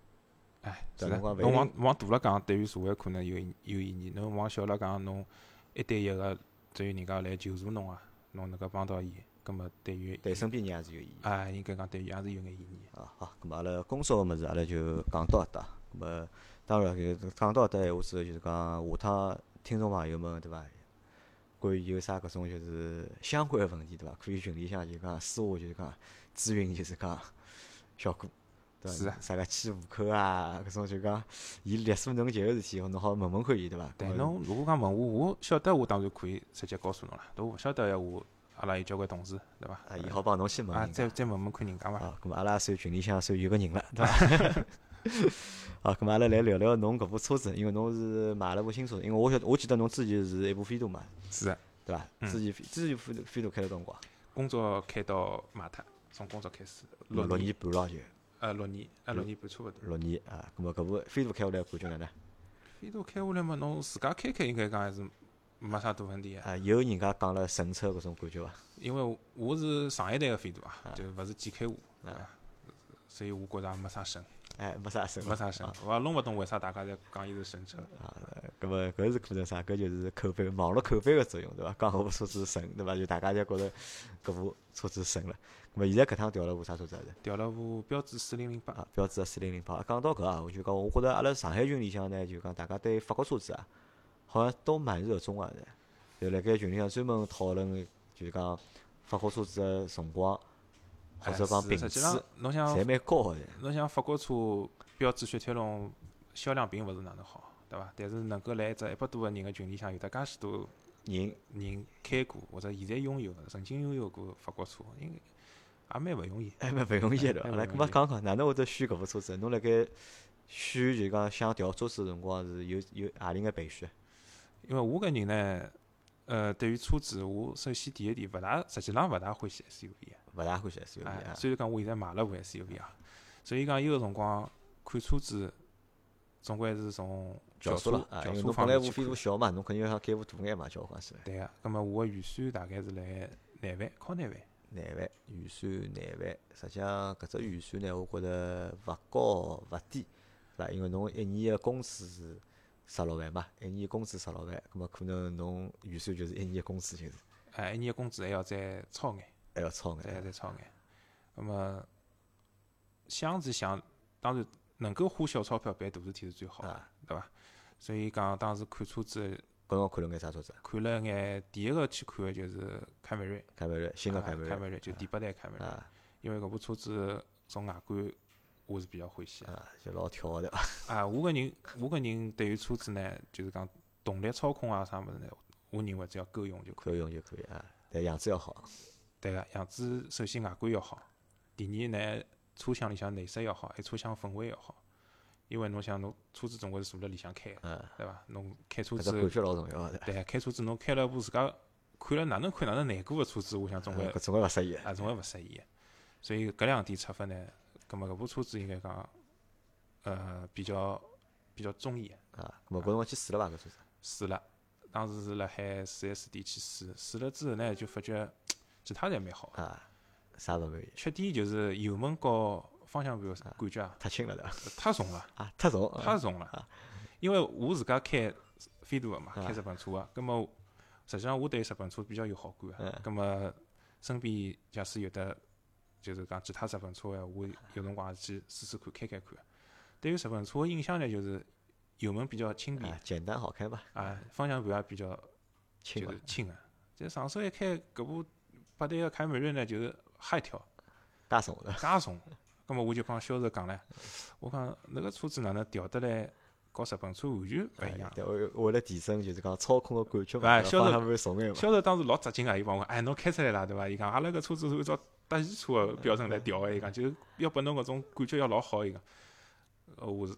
哎，
对
是的。
侬讲勿一
侬
定
往往大了讲，对于社会可能有意有意义；侬往小了讲，侬一对一个对于人家来救助侬啊，侬能够帮到伊，葛么对于
对身边人也是有意义。
啊，应该讲对于也是有眼意义。
啊，好，咁么阿拉工作个物事，阿拉就讲到搿搭。咁么当然，就是讲到搿搭闲话之后，就是讲下趟听众朋友们，对伐？关于有啥搿种就是相关个问题，对伐？可以群里向就讲私下就是讲咨询，就是讲小顾，对
是
伐
啊？
啥个去户口啊，搿种就讲伊力所能及个事体，侬好问问看伊，对伐？
对，
咁么
侬如果讲问我，我晓得我当然可以直接告诉侬了。如果勿晓得闲话，阿拉有交关同事，对伐？
啊，伊好帮侬去问
啊，
人家
再再问问看人家嘛。
啊，咁么阿拉算群里向算有个人了，对伐？
[laughs]
好，咁么阿拉来聊聊侬搿部车子，因为侬是买了部新车子，因为我晓得我记得侬之前是一部飞度嘛，
是的，
对伐？
嗯
之前之前飞度飞度开了多少辰光？
工作开到马特，从工作开始，
六
六
年，半了就，
呃，六年，呃，
六
六年半差勿多。
六年啊。咁么搿部飞度开下来感觉哪能？
飞度开下来嘛，侬自家开开应该讲还是没啥大问题个，
啊，有人家讲了神车搿种感觉伐？
因为我我是上一代个飞度啊
啊，
就勿是 GK 五，对伐
啊？
所以我觉着也没
[laughs]
啥神，
哎，没啥神，
没啥神
啊。，
我也弄勿懂为啥大家侪讲伊是神车。
啊，搿么搿是可能啥？搿就是口碑网络口碑个作用，对伐？讲搿部车子神，对伐？就大家侪觉着搿部车子神了。咁啊么现在搿趟调了部啥车子来着？
调了部标致四零零八，
啊，标致四零零八。讲到搿啊，我就讲，我觉着阿拉上海群里向呢，就讲大家对法国车子啊，好像都蛮热衷个、啊，就辣盖群里向专门讨论，就是讲法国车子个辰光，或
哎
者讲
是
评
实际
次，
上侬想
侪蛮高个、
侬像法国车标致雪铁龙销量并勿是哪能好，对伐？但是能够来一只一百多个人个群里向有得介许多
人
人开过或者现在拥有的曾经拥有过法国车，应该也蛮勿容易。
还蛮勿容易的。
哎
阿拉
蛮
搿
勿
么
容易
讲讲，哪能会得选搿部车子？侬辣盖选就讲想调车子个辰光是有有何里眼培训？
因为我搿人呢，呃，对于车子，我首先第一点，勿大，实际上勿大欢喜 SUV 啊。
勿大欢喜 SUV
哎，
啊，
虽然讲我现在买了部 SUV 啊，所以讲有个辰光看车子，总归是从轿
轿车了，啊，
轿
因为
车
侬
方
本来
面
无
去
非
看
部。小嘛，侬肯定要想开部大眼嘛，交关是
对个，葛末我个预算大概是辣廿万，靠廿万。
廿万预算廿万，实际上搿只预算呢，我觉着勿高勿低，是伐？因为侬一年个工资是十六万嘛，一年工资十六万，葛末可能侬预算就是一年个工资就是
哎，一年工资还要再超眼，
还要超
再
眼，
再超眼。那么想是想，当然能够花小钞票办大事体是最好的
啊，
对伐？所以讲当时看车子，
搿辰光看了眼啥车子？
看了一眼，第一个去看的就是凯美瑞，
凯美瑞，新个
啊
凯美
凯
瑞
美瑞就第八代凯美瑞，
啊
因为搿部车子从外观我是比较欢喜的。
啊，就老跳的，
啊，我个人，我个人对于车子呢，就是讲动力操控啊啥物事呢，我认为只要够用就可以。
可以用就可以啊，但样子要好，
对个，样子首先外观要好，第二呢，车厢里向内饰要好，还有车厢氛围要好。因为侬想，侬车子总归是坐辣里向开个，
啊，
对伐？侬开车
搿
子
只，感觉老重要的，
对，啊开车子侬开了部自家看了哪能看哪能难过个车子，我想总归
嗯搿总归勿适宜，
啊总归勿适宜个。所以搿两点出发呢，葛末搿部车子应该讲，呃，比较比较中意个。
啊，搿么搿辰光去试了伐？搿车子
试了，当时是辣海四 S 店去试，试了之后呢，就发觉其他侪蛮好个。
啊，啥勿满意？
缺点就是油门和方向盘的感觉啊，哦
太轻了对伐？
太重 [laughs] 了，
啊，太重，啊
太重了。因为我自家开飞度个嘛，开日本车啊，葛么实际上我对日本车比较有好感啊
嗯。
葛么身边假使有的就是讲其他日本车个，我有辰光也去试试看开开看。啊对于日本车个印象呢，就是油门比较轻
啊
便，
简单好看嘛，
啊，方向盘也比较
轻
就
嘛
是，轻啊。这上手一开搿部八代个凯美瑞呢，就是吓一跳。
大众的。
介重。咁么我就帮销售讲唻，我讲侬搿车子哪能调得来，和日本车完全勿一样。
对，为为了提升就是讲操控个感觉嘛，
哎
对
销
吧
售
方向盘怂眼嘛，
销售当时老扎劲啊，伊帮我讲，哎，侬开出来啦，对伐？伊讲阿拉搿车子是按照德系车个标准来调个，伊讲就是要拨侬搿种感觉要老好，伊讲。呃，我是，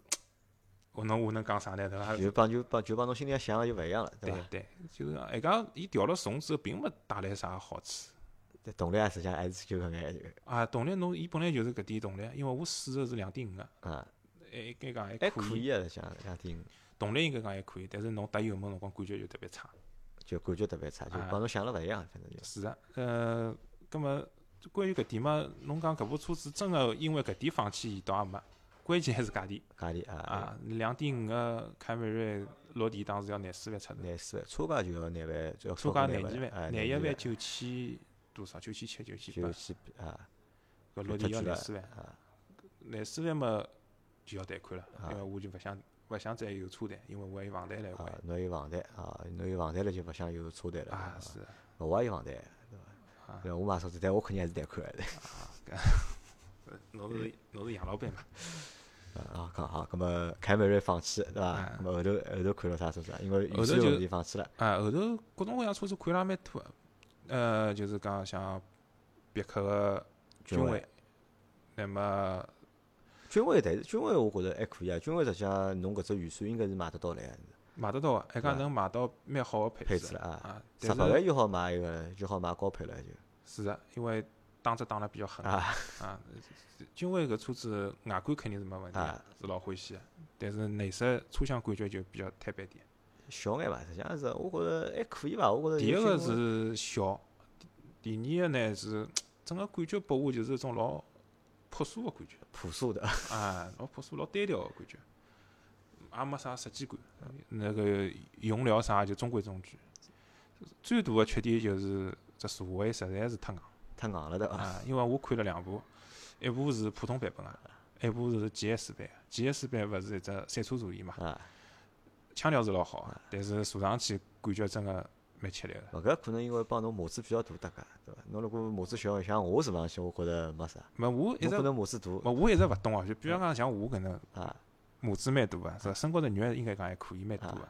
我能我能讲啥呢？对伐？
就帮就帮就帮侬心里向想个就勿一样了，
对
伐？
对，就是讲，哎讲伊调了重之后，并没带来啥好处。
对动力啊，实际上还是就搿眼就
啊，动力侬伊本来就是搿点动力，因为我试个是两点五个，
啊，
还应该讲还
还
哎可
可
以，
以个，像像听
动力应该讲还可以，但是侬搭油门辰光感觉就特别差。
就感觉特别差，就
啊
帮侬想了勿一样，反正就是
啊，呃，葛么关于搿点嘛，侬讲搿部车子真个因为搿点放弃，倒也没。关键还是价钿
价钿啊，
啊，两点五个凯美瑞落地当时要廿四万出头，
廿四万，车价就要廿万，就要
车
超
价
过
哦廿
万
几
了，哎，
万，廿一万
万
九千多少？九千七、九千
就
八，
去啊，就
搿落
太
地
贵
要廿
了
四万，
啊，
廿四万嘛就要贷款了，
啊
因为我就勿想勿想再有车贷，因为我还有房贷来还
啊，侬有房贷啊，侬有房贷了就勿想有车贷了
啊，是啊
啊我也有房贷，对伐
啊？
对伐，我买车子，但我肯定还是贷款的。
啊， [laughs] 搿侬是侬是杨老板嘛？
啊，讲好，咁么凯美瑞放弃对伐？
哎
咁么后头后头看了啥车子啊？因为
后头
预算
就
问题放弃了
啊，后头各种各样车子看了也蛮多的，呃，就是讲像别克个君
君威
威，那么
君威，但是君威我觉着还可以啊。君威实际上侬搿只预算应该是买得到来，
买得到个，啊还讲
对
能买到蛮好个
配
配
置
置
了啊
啊，
十
但
八万
是
就好买一个，就好买高配了就是
的，因为打折打了比较狠
啊
啊，君威搿车子外观肯定是没问题的
啊，
是老欢喜个，但是内饰车厢感觉就比较坦白点。
小眼嘛，实际上是我觉着还可以伐？我觉着
第一个是小，第第二个呢是整个感觉拨我就是一种老朴素个感觉。
朴素的， [laughs]
啊，老朴素，老单调个感觉，也没啥设计感。那个用料啥就中规中矩。最大个缺点就是这座位实在是太硬
太硬了对伐？
啊！因为我看了两部，一部是普通版本啊，一部是 GS 版。GS 版勿是一只赛车座椅嘛，
啊，
腔调是老好啊，但是坐上去感觉真个蛮吃力个。
勿搿可能因为帮侬码子比较大搭界对伐？侬如果码子小，像我坐上去，我觉着没啥。
没我一
侬
直
可
没
能码子大
我一直勿懂啊，就比方讲像我搿能
啊，
码子蛮大
嗯
个，是吧身高头肉应该讲还可以，蛮大
啊
个。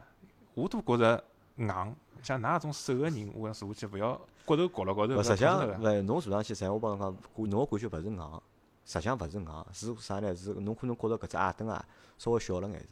我都觉着硬，像㑚种瘦个人，我讲坐下去勿要骨头搞了高头，
勿，
勿要
呃实际上
碰着个
勿，侬坐上去，实际上我帮侬讲，感侬个感觉勿是硬，实际上勿是硬，是啥呢？是侬可能觉着搿只矮凳啊稍微小了眼子，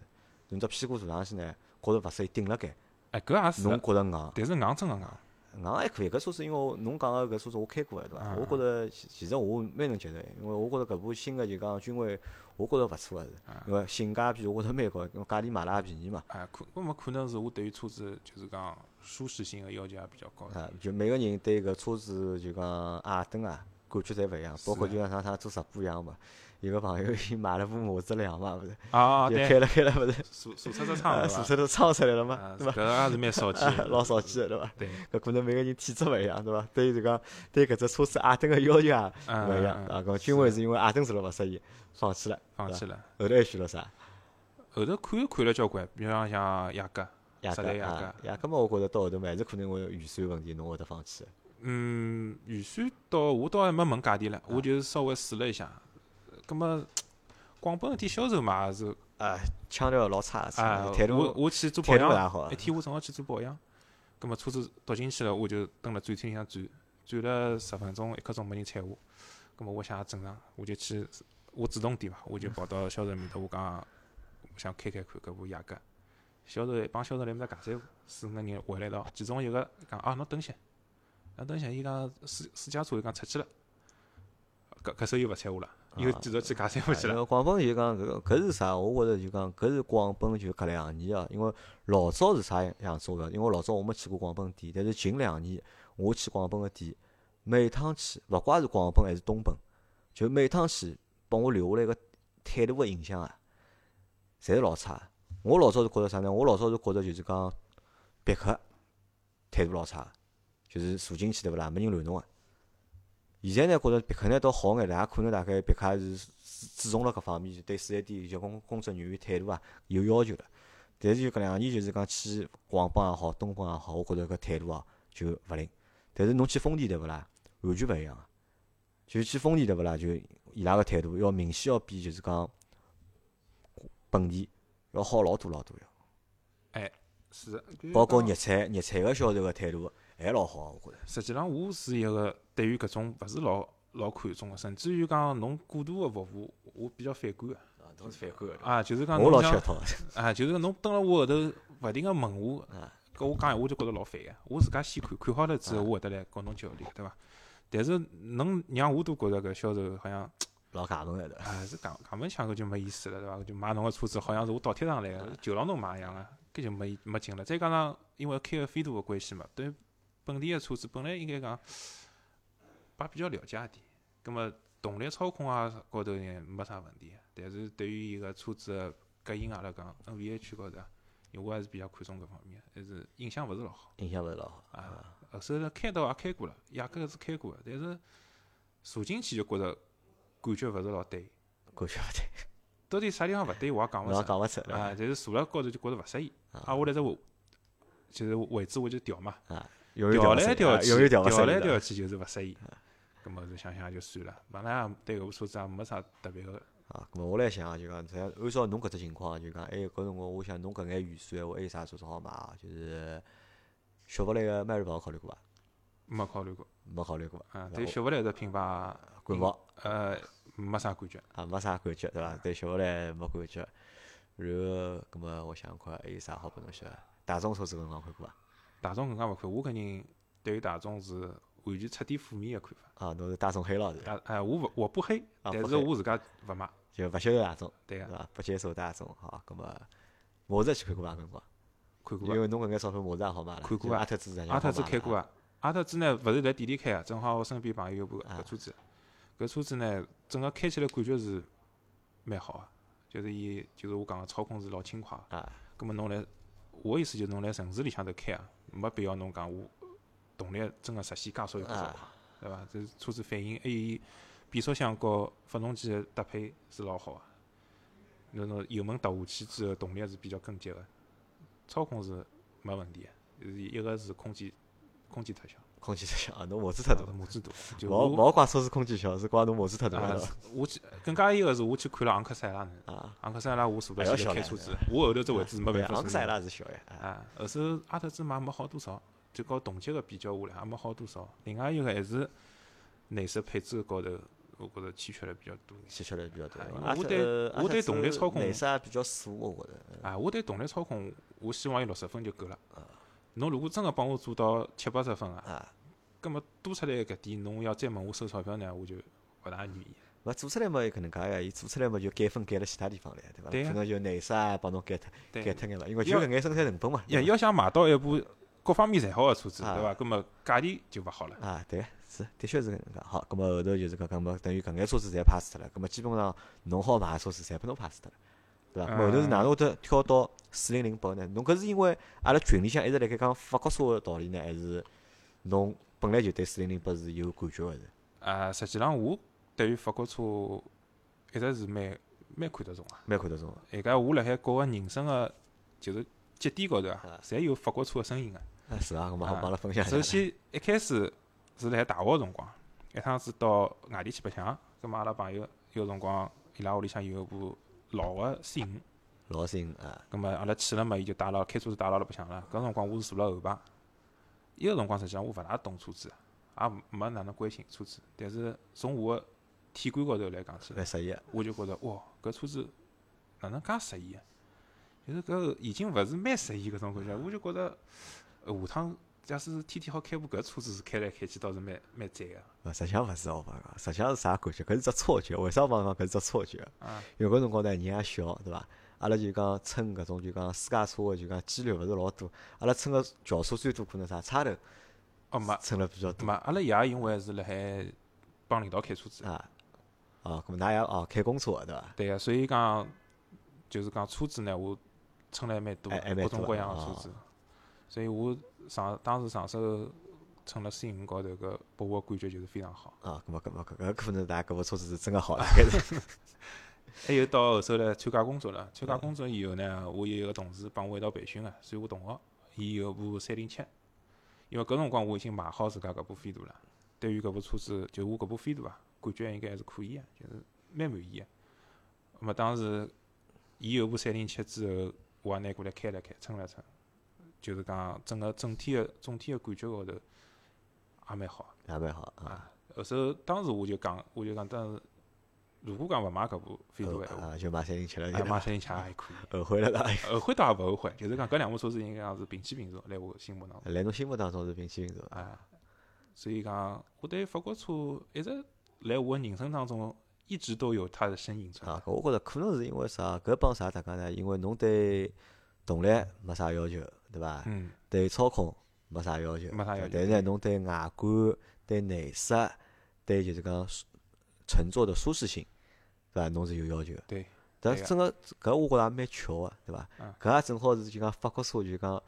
侬只屁股坐上去呢，觉着勿适意顶辣盖，
哎，搿也是
侬
的，
觉着硬？
但是硬真个硬，
硬还可以，搿车子因为我侬讲个搿车子我开过个对伐？
嗯
我觉着其其实我蛮能接受，因为我觉着搿部新个就讲君威，我觉着勿错个是，
啊
因为性价比我觉着蛮高，因为价钿买了也便宜嘛。
哎，可搿么可能是我对于车子就是讲舒适性个要求也比较高。
啊，就每个人对搿车子就讲阿灯啊，感觉侪勿一样，包括就
啊
像啥啥做直播一样嘛。有个朋友 [laughs] 伊买了部马自两嘛，勿是，
啊，
就
对，
开了开了勿是，
数数车车
啊
窗
宿
是
舍都唱出来了
伐？
嘛
啊，
对伐？，
搿也是蛮少见的
老少见的对伐？ [laughs]
对，
搿可能每个人体质勿一样，对伐？对这个对搿只车子啊阿灯个要求也
嗯
勿一样
嗯
啊。搿君威是因为阿灯做了勿适宜，放弃了，
放
对伐
弃了。
后头还选了啥？
后头看又看了交关，比方像雅阁，
雅
实
阁
在雅
啊，雅阁嘛，我觉着到后头嘛，还是可能为预算问题，侬会得放弃。
嗯，预算到我倒还没问价钿了，我就是稍微试了一下。葛么，广本一天销售嘛也是
啊，腔调老差，
啊
差，态，
我
度
我去做保
态度勿大
养，
好啊
一。天我正好去做保养，葛么车子倒进去了，我就蹲辣展厅里向转，转了十分钟，一刻钟没人睬我，葛么我想也正常，我就去，我主动点伐，我就跑到销售面头，我讲我想开开看搿部雅阁。销售帮销售来面搭尬三胡，四五个人围了一道，其中一个讲啊，侬等歇，侬等歇，伊讲试试驾车，伊讲出去了，搿搿手又勿睬我了，又
啊
继续去尬三胡
啊
去
因
了。
为广本就讲搿个搿是啥？我觉着就讲搿是广本就搿两年啊，因为老早是啥样子我勿晓得，因为老早我没去过广本店，但是近两年我去广本个店，每趟去勿怪是广本还是东本，就每趟去帮我留下来个态度个印象啊，侪是老差的。我老早是觉着啥呢？我老早是觉着就是讲别克态度老差的，就是坐进去对勿啦？没人拦侬个。现在呢，觉着别克呢倒好眼了，也可能大概别克也是注注重了搿方面，就对四 S 店就工工作人员态度啊有要求了。但是就搿两年就是讲去广邦也好，东方也好，我觉着搿态度啊就勿灵。但是侬去丰田对勿啦，完全勿一样啊。就去丰田对勿啦，就伊拉个态度要明显要比就是讲本地要好老多老多要，
是的，
包括日产日产个销售个态度还老好啊，我觉着。
实际上，我是一个对于搿种勿是老老看重个，甚至于讲侬过度个服务，我比较反感个。
啊，侬是反感个
啊，就是讲
我老
侬
吃
像
一套。
啊，就是讲侬蹲辣我后头勿停个问我
啊，
搿我讲闲话就觉着老烦个。我自家先看，看好了之后，
啊
我会得来跟侬交流，对伐？但是能让我都觉着搿销售好像
老假门来的。
啊，是讲讲门腔搿就没意思了，对伐？就买侬个车子，好像是我倒贴上来个，就让侬买一样个，搿就没没劲了。再加上因为开个飞度个关系嘛，对本地个车子本来应该讲，爸比较了解一点，葛末动力操控啊高头呢没啥问题，但是对于伊个车子个隔音阿拉讲 NVH 区高头啊，因为我还是比较看重搿方面，还是印象勿是老好。
印象勿是老好。
啊，后首呢开到也开过了，雅阁是开过个，但是坐进去就觉着感觉勿是老对。
感觉勿对，
到底啥地方勿对，我也讲勿
侬也
出。
讲勿出对伐
啊，就是坐辣高头就觉着勿适意。
啊
啊，我来只位，就是位置我就调嘛，
啊，永远
调
勿
来
顺
调
啊
去，
永远调
调
勿顺
来
的
调去就是勿适意。咁么就想想就算了，本来也对搿部车子也没啥特别个。
啊，咁么我来想啊，就讲，只要按照侬搿只情况啊，就讲，还有搿辰光，我想侬搿眼预算闲话，还有啥车子好买啊？就是雪佛兰个迈锐宝考虑过伐？
没考虑过
没考虑过伐，
啊，
那
对
我
雪佛兰这品牌，
感冒
呃，没啥感觉。
啊，没啥感觉对伐？对雪佛兰没感觉。然后，咁么我想想看，还有啥好拨侬晓得？大众车子搿辰光看过伐？
大众更加勿看，我搿人对于大众是完全彻底负面个看法。
啊，侬是大众黑了是伐？
大，哎，我勿我不黑，
啊
但
不
是
黑
我自家勿买，
就勿晓得大众
对
对
个，
伐？不接受大众，好，咁么马自去看过伐？搿辰光，
看过伐
因？为侬搿眼钞票马自也好买了，
看过
就
伐
阿特兹实际上
阿特
好
兹
买
开
了
过
啊，
啊，阿特兹呢勿是辣店里开啊，正好我身边朋友有部
啊
搿车子，搿车子呢整个开起来感觉是蛮好啊，就是伊就是我讲个操控是老轻快的。
啊，
葛末侬来，我意思就是侬来城市里向头开啊，没必要侬讲我动力真个实现加速有多
啊
少快，对伐？这车子反应还哎有伊变速箱和发动机个搭配是老好啊。侬侬油门踏下去之后，动力是比较跟急个，操控是没问题个，就是一个是空间空间太小，
空气质量啊，侬马自太大。
母子大，就
勿
我
勿怪车子空间小，是怪侬模子太大
啊
了。
我去更加一个是我去看了昂克赛拉呢，
[laughs] 啊，
昂克赛拉我坐
还要
到前头
小
开
辆
车子，我后头只位置没办法
哎昂
坐
克
人
赛拉是小呀，啊
啊，后首阿特兹买没好多少，就搞同级个比较下来也没好多少。另外一个还是内饰配置高头，我觉着欠缺了比较多。
欠缺了比较多
啊。
阿
我
特
对
呃阿
我对
特兹
动力操控
内饰也比较素，我觉着。
啊，我对动力操控，我希望有六十分就够了。侬如果真个帮我做到七八十分啊，
啊，
葛么多出来搿点，侬要再问我收钞票呢，我就勿大愿意。
勿做出来嘛，有搿能介个，伊做出来嘛就减分减了其他地方来，对伐？
对呀
可能就内伤啊帮侬减脱
对
减脱眼了，因为就搿眼生产成本嘛。
要
对伐
要想买到一部各方面侪好个车子，
啊
对伐？葛么价钿就勿好了。
啊，对，是的确是搿能介。好，葛末后头就是讲讲嘛，等于搿眼车子侪 pass 脱了，葛末基本上侬好买个车子侪拨侬 pass 脱了，对伐？葛末后头是
嗯
哪能会得跳到四零零八呢？侬搿是因为阿拉群里向一直辣盖讲法国车个道理呢，还是侬本来就对四零零八是有感觉个是？
啊，实际上我对于法国车一直是蛮蛮看得重啊。
蛮看得中个。
而家我辣海各个人生个就是节点高头
啊
啊，侪有法国车个身影个。
啊，是啊，葛末好
啊
帮阿拉分享一下。
首先一开始是辣海大学个辰光，一趟子到外地去白相，葛末阿拉朋友有辰光伊拉屋里向有一部老个 C 五。
老新啊，
咁么阿拉去了嘛，伊就带了开车子带了阿拉白相了。搿辰光我是坐辣后排，伊个辰光实际上我勿大懂车子，也没哪能关心车子。但是从我个体感高头来讲起来，
蛮适宜啊个。
我就觉着哇，搿车子哪能介适意啊？就是搿已经勿是蛮适意搿种感觉，我就觉着呃下趟假使天天好开部搿车子，开来开去倒是蛮蛮赞个。
勿，呃实际上勿是我帮侬讲，实际上是啥感觉？搿是只错觉。为啥帮侬讲搿是只错觉？
啊
因为搿辰光呢，人也小，对伐？阿拉就讲乘搿种就讲私家车个就讲几率勿是老多，阿拉乘个轿车最多可能啥差头
哦没
乘了比较多
没，阿拉爷因为是辣海帮领导开车子，
啊。哦，咾么㑚也哦开公车个对伐？
对啊个、所以讲就是讲车子呢，我乘了还蛮多
还还
的，
哎蛮
各种
多
各
的
样个
哦
车子。所以我上当时上手乘了 C 五高头搿拨我感觉就是非常好。
啊，咾么搿么搿搿可能大家搿部车子是真个好了，搿 [laughs]
啊
是
还有到后头来参加工作了，参加工作以后呢，我有一个同事帮我一道培训个，算我同学，伊有部三零七，因为搿辰光我已经买好自家搿部飞度了，对于搿部车子，就我搿部飞度啊，感觉应该还是可以个，啊就是蛮满意个。啊那么当时伊有部三零七之后，我也拿过来开了开，乘了乘，就是讲整个整体个总体个感觉高头也蛮好。
也蛮好啊。
啊，后首当时我就讲，我就讲，当时如果讲勿买搿部飞度
后
个闲话，
啊，就买三零七了，
哎呃
对
买
伐？
三零七也还可以。
后悔了啦。 [laughs]
后悔倒也勿后悔，就是讲搿两部车子应该讲是平起平坐，辣我心目当中
辣侬心目当中是平均是伐？
啊。所以讲，我对法国车一直辣我人生当中一直都有它的身影存在。
啊，搿我觉着可能是因为啥？搿帮啥大家呢？因为侬对动力没啥要求，对伐？
嗯，
对操控没啥要求，
没啥要求
但是呢，侬对外观、对内饰、对就是讲舒乘坐的舒适性，对伐？侬是有要求的。
对，
但
对个
整个搿我觉着也蛮巧个，对伐
嗯？
搿也正好是就讲法国车就讲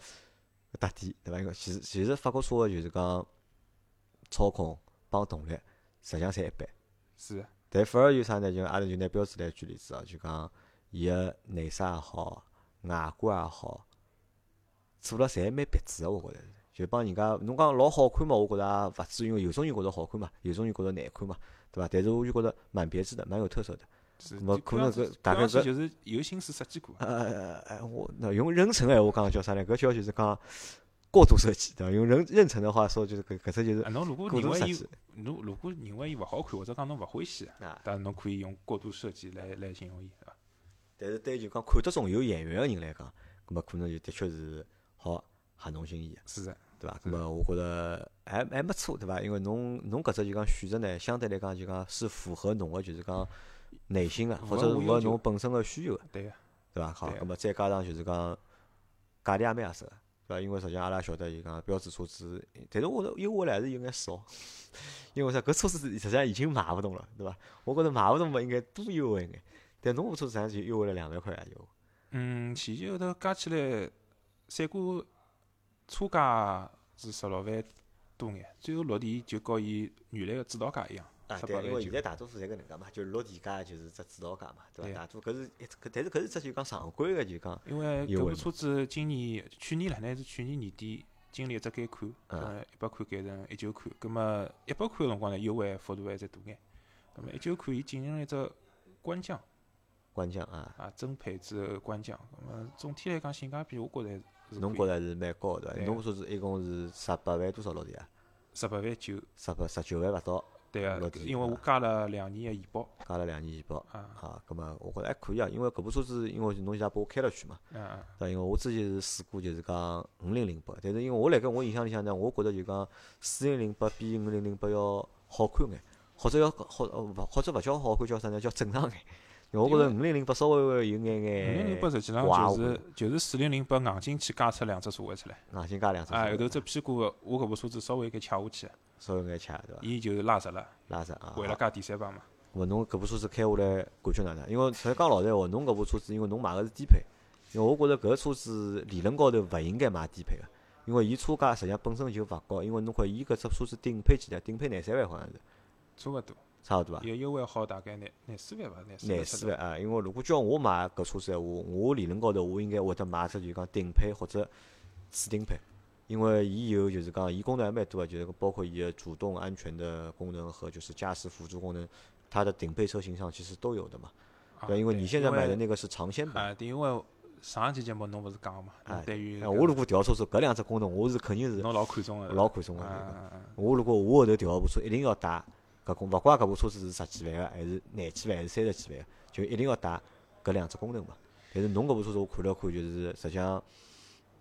特点，对伐？因为其实其实法国车个就是讲操控帮动力实际上侪一般，
是啊的
但反而有啥呢？就阿拉就拿标志来举例子啊，就讲伊个内饰也好，外观也好，做了侪蛮别致个，我觉着。就帮人家侬讲老好看嘛，我觉着也勿至于，因为有种人觉着好看嘛，有种人觉着难看嘛，对伐？但是我就觉着蛮别致的，蛮有特色的。
是。啊
咾么
就
可能
看上
搿
去
大概
看上
搿
去就是有心思设计过。
呃，哎我那用任成哎，我刚刚叫啥呢？搿叫就是讲过度设计，对伐？用任任成的话说，就是搿搿只就是
啊，侬如果
过
认
度
为
设
伊
计，
侬如果认为伊勿好看，或者讲侬勿欢喜，
啊。
但侬可以用过度设计来来形容伊，对伐？
但是对就讲看得中有眼缘个人来讲，葛么可能就的确是好合侬心意的。
是啊的，
对伐？那么我觉着还还没错，对伐？因为侬侬搿只就讲选择呢，相对来讲就讲是符合侬个就是讲内心个，
符
或
合
者
我
符
要
合
求
侬本身个需求个，
对个，啊
对伐？好，
对
那么再加上就是讲价钿也蛮合适个，对伐？因为实际上阿拉晓得就讲标志车子，但是我觉着优惠还是有眼少， [laughs] 因为啥？搿车子实际上已经买勿动了，对伐？我觉着买勿动嘛，应该多优惠一眼。但侬部车子实际上就优惠了两万块啊，就
嗯，前前后头加起来，三哥车价是十六万多眼，最后落地就和伊原来个指导价一样，
啊，
十
对
八
啊，因
万
为现
九。
在大多数侪搿能介嘛，就是落地价就是只指导价嘛，对
对
伐？大多搿是一只，搿但是搿是只就讲常规个，就讲
因为
优
搿
惠
部车子今年去年了，那是去年年底经历一只改款，
嗯
呃，一百块改成一九块，葛末一百块个辰光呢，优惠幅度还再大眼，葛末一九块伊进行了一只官降
官降啊，
啊，增配之后官降，葛末总体来讲性价比我觉着还是
侬觉着是蛮高的，
对
侬说是一共是十八万多少落地啊？
十八万九，
十八十九万勿到，
对个
落，地
因为我
啊
加了两年个延保
加了两年延保
啊，
啊，葛末我觉着还可以啊，因为搿部车子因为侬一下拨我开了去嘛，
嗯嗯
对伐？因为我之前是试过就是讲五零零八，但是因为我辣盖我印象里向呢，我觉着就讲四零零八比五零零八要好看眼，或者要好呃勿或者勿叫好看叫啥呢？叫正常眼。因为我觉着五零零八稍微微有眼
五零零
眼
八实际上
哇
就
哦
是就是四零零八硬劲去加出两只车位出来，
硬性加两只
啊，
手
后头
的
只屁股我搿部车子稍微给掐下去，
稍微有眼掐对伐？
伊就拉直了，
拉伸啊。
为了加第三排嘛，
咾么侬搿部车子开下来感觉哪能？因为实讲老实闲话，侬搿部车子，因为侬买个是低配，因为我觉着搿车子理论高头勿应该买低配个，因为伊车价实际上本身就勿高，因为侬看伊搿只车子顶配几钿？顶配廿三万好像是，
差勿多，
差勿多伐？
有优惠好大概廿廿四万吧，廿四
啊廿
万
四
出
万
头，
啊！因为如果叫我买搿车子闲话，我理论高头我应该会得买只就是讲顶配或者次顶配，因为伊有就是讲伊功能还蛮多个，就是包括伊个主动安全的功能和就是驾驶辅助功能，它的顶配车型上其实都有的嘛。
啊
对，因为你现在买的
因为
那个是尝鲜版。
啊，对，因为上一期节目侬勿是讲嘛，
哎
侬对于
哎，我如果调车子，搿两只功能我是肯定是
侬老看重个，
老看重
啊
个。对伐
啊啊
我如果我后头调一部车，一定要带搿功，勿怪搿部车子是十几万个，还是廿几万，还是三十几万个，就一定要带搿两只功能嘛。但是侬搿部车子我看了看，就是实际上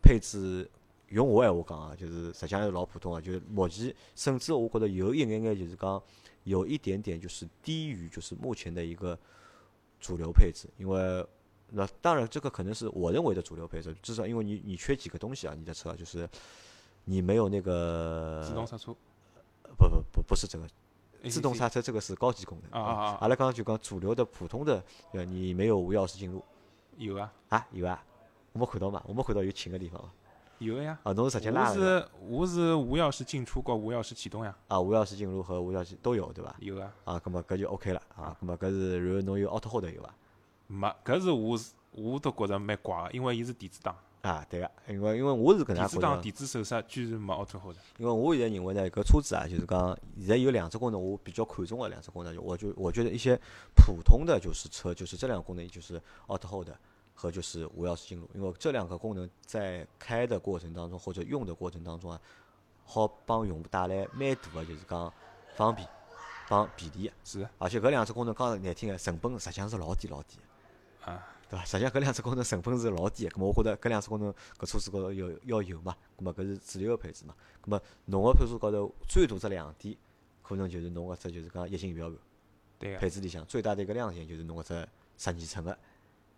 配置，用我闲话讲啊，就是实际上是老普通个，就是目前甚至我觉得有一眼眼就是讲有一点点就是低于就是目前的一个主流配置，因为那当然这个可能是我认为的主流配置，至少因为你你缺几个东西啊，你的车就是你没有那个
自动刹车，
不不不不是这个，呃自动
ACC
刹车这个是高级功能
啊啊啊
阿拉刚刚就讲主流的普通的，呃，你没有无钥匙进入
有啊，
啊，有啊，我没看到嘛，我没看到有请个地方嘛
有个呀。
啊，侬是直接拉了
我
个
是我是无钥匙进出和无钥匙启动呀，
啊，无钥匙进入和无钥匙都有对伐？
有啊，
啊，葛么搿就 OK 了啊，葛么搿是然后侬有 auto hold 有啊伐？
没，搿是我是我都觉着蛮怪个，因为伊是电子档，
啊，对个，因为因为我是搿能
电
样
子
觉
档
得，
电子手刹居然没 auto hold 的，
因为我现在认为呢，搿车子啊，就是讲现在有两只功能，我比较看重的两只功能，就我就我觉得一些普通的就是车，就是这两个功能，就是 auto hold 和就是无钥匙进入，因为这两个功能在开的过程当中或者用的过程当中啊，好帮用户带来蛮大的就是讲方便帮便利的，啊
是
而且搿两只功能讲难听点，成本实际上是老低老低的。
啊，
对伐？实际上搿两只功能成本是老低个，咁么我觉得搿两只功能搿车子高头要要有嘛，咁么搿是主流个配置嘛，咁么侬个配置高头最大只亮点，可能就是侬搿只就是讲液晶仪表盘
对啊个
配置里向最大的一个亮点就是侬搿只十二寸个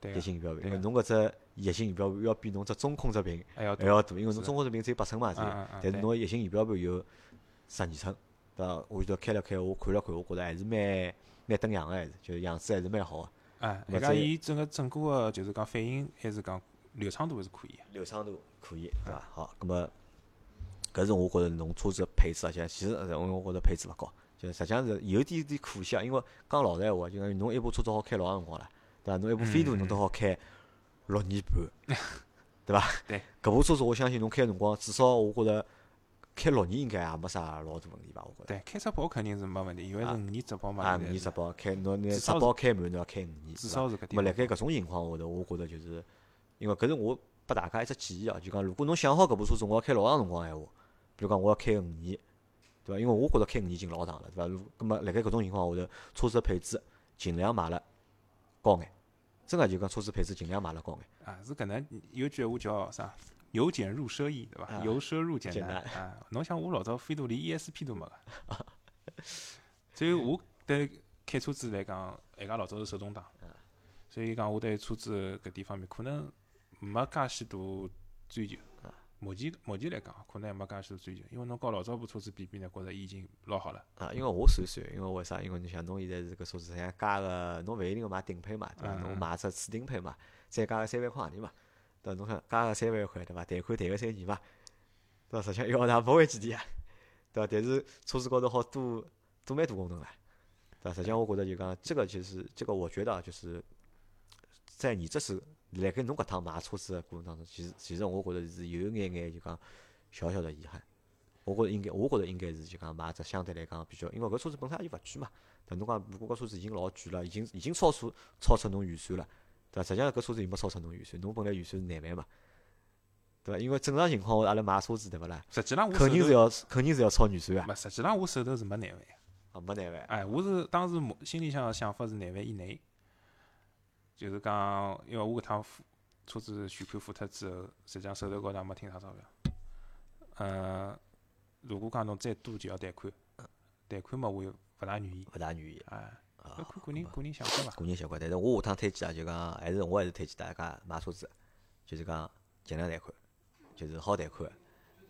对
液
个，
晶仪表盘，因
对
为
啊
侬搿只液晶仪表盘要比侬只中控只屏
还要
还
多
要哎大，因为
是
侬
的
中控只屏只有八寸嘛，只有
啊啊啊
但是
对
侬个液晶仪表盘有十二寸，对伐？我就开了开，我看了看，我觉着还是蛮蛮登样个，还是就是样子还是蛮好个。
啊，
勿
人家
再
伊整个整个个就是讲反应还是讲流畅度还是可以的，
流畅度可以，对伐？好，咁么搿是我觉着侬车子的配置啊，现在其实呃我觉着配置勿高，就实际上是有点点可惜啊。因为讲老实闲话，就讲侬一部车子好开老长辰光了，对伐？侬一部飞度侬都好开六年半，对伐？
对，
搿部车子我相信侬开的辰光，至少我觉着开六年应该也没啥老大问题吧？我觉着。
对，开只包肯定是没问题，因为是
啊
五年只包嘛，
啊，五
现在
年
是
十包开，侬拿
至
十
少是
包开满，侬要开五年，
至
对伐
少是搿
咁么
点
辣
吧，
盖搿种情况下头，我觉着就是，因为搿是我拨大家一只建议啊，就讲如果侬想好搿部车子，我要开老长辰光闲话，比如讲我要开五年，对伐？因为我觉着开五年已经老长了，对伐？如葛么辣盖搿种情况下头，车子的配置尽量买了高眼，真个就讲车子配置尽量买了高眼。
啊，是搿能有句闲话叫啥？由俭入奢易，对伐
啊？
由奢入俭
简
难啊！侬想我老早飞度连 ESP 都没个，所以我对开车子来讲，人家老早是手动挡，
啊
所以讲我对车子搿点方面可能没介许多追求。
啊
目前目前来讲，可能还没介许多追求，因为侬跟老早部车子比比呢，觉着伊已经老好了。
啊，因为我算一算，因为为啥？因为你想，侬现在是搿车子，想加个，侬勿一定要买顶配嘛，对伐？
嗯
侬
嗯
买只次顶配嘛，再加个三万块洋钿嘛，对伐？侬想加个三万块，对伐？贷款贷个三年嘛，对伐？实际上一个号头也勿会几钿啊，对伐？但是车子高头好多多蛮多功能唻，对伐？实际上我觉着就讲，这个其实这个我觉得啊，就是在你这是辣盖侬搿趟买车子的过程当中，其实其实我觉着是有一眼眼就讲小小的遗憾。我觉着应该，我觉着应该是就讲买只相对来讲比较，因为搿车子本身也勿贵嘛。但侬讲如果搿车子已经老贵了，已经已经超出超出侬预算了，对伐？实际上搿车子又没超出侬预算，侬本来预算是廿万嘛，对伐？因为正常情况下阿拉买车子对勿啦？
实际上我手
肯定是
头，
要肯定是要超预算啊！
勿实际上我手头是没廿万的，
啊，没难万。
哎，我是当时目心里向的想法是廿万以内，就是讲，因为我搿趟付车子全款付脱之后，实际上手头高头也没听啥钞票。呃，如果讲侬再多就要贷款，贷款嘛，我又勿大愿意。
勿大愿意
哎，要
啊。
看个人个人想法伐。
个人习惯，但是我下趟推荐啊，就讲还是我还是推荐大家买车子，就是讲尽量贷款，就是好贷款，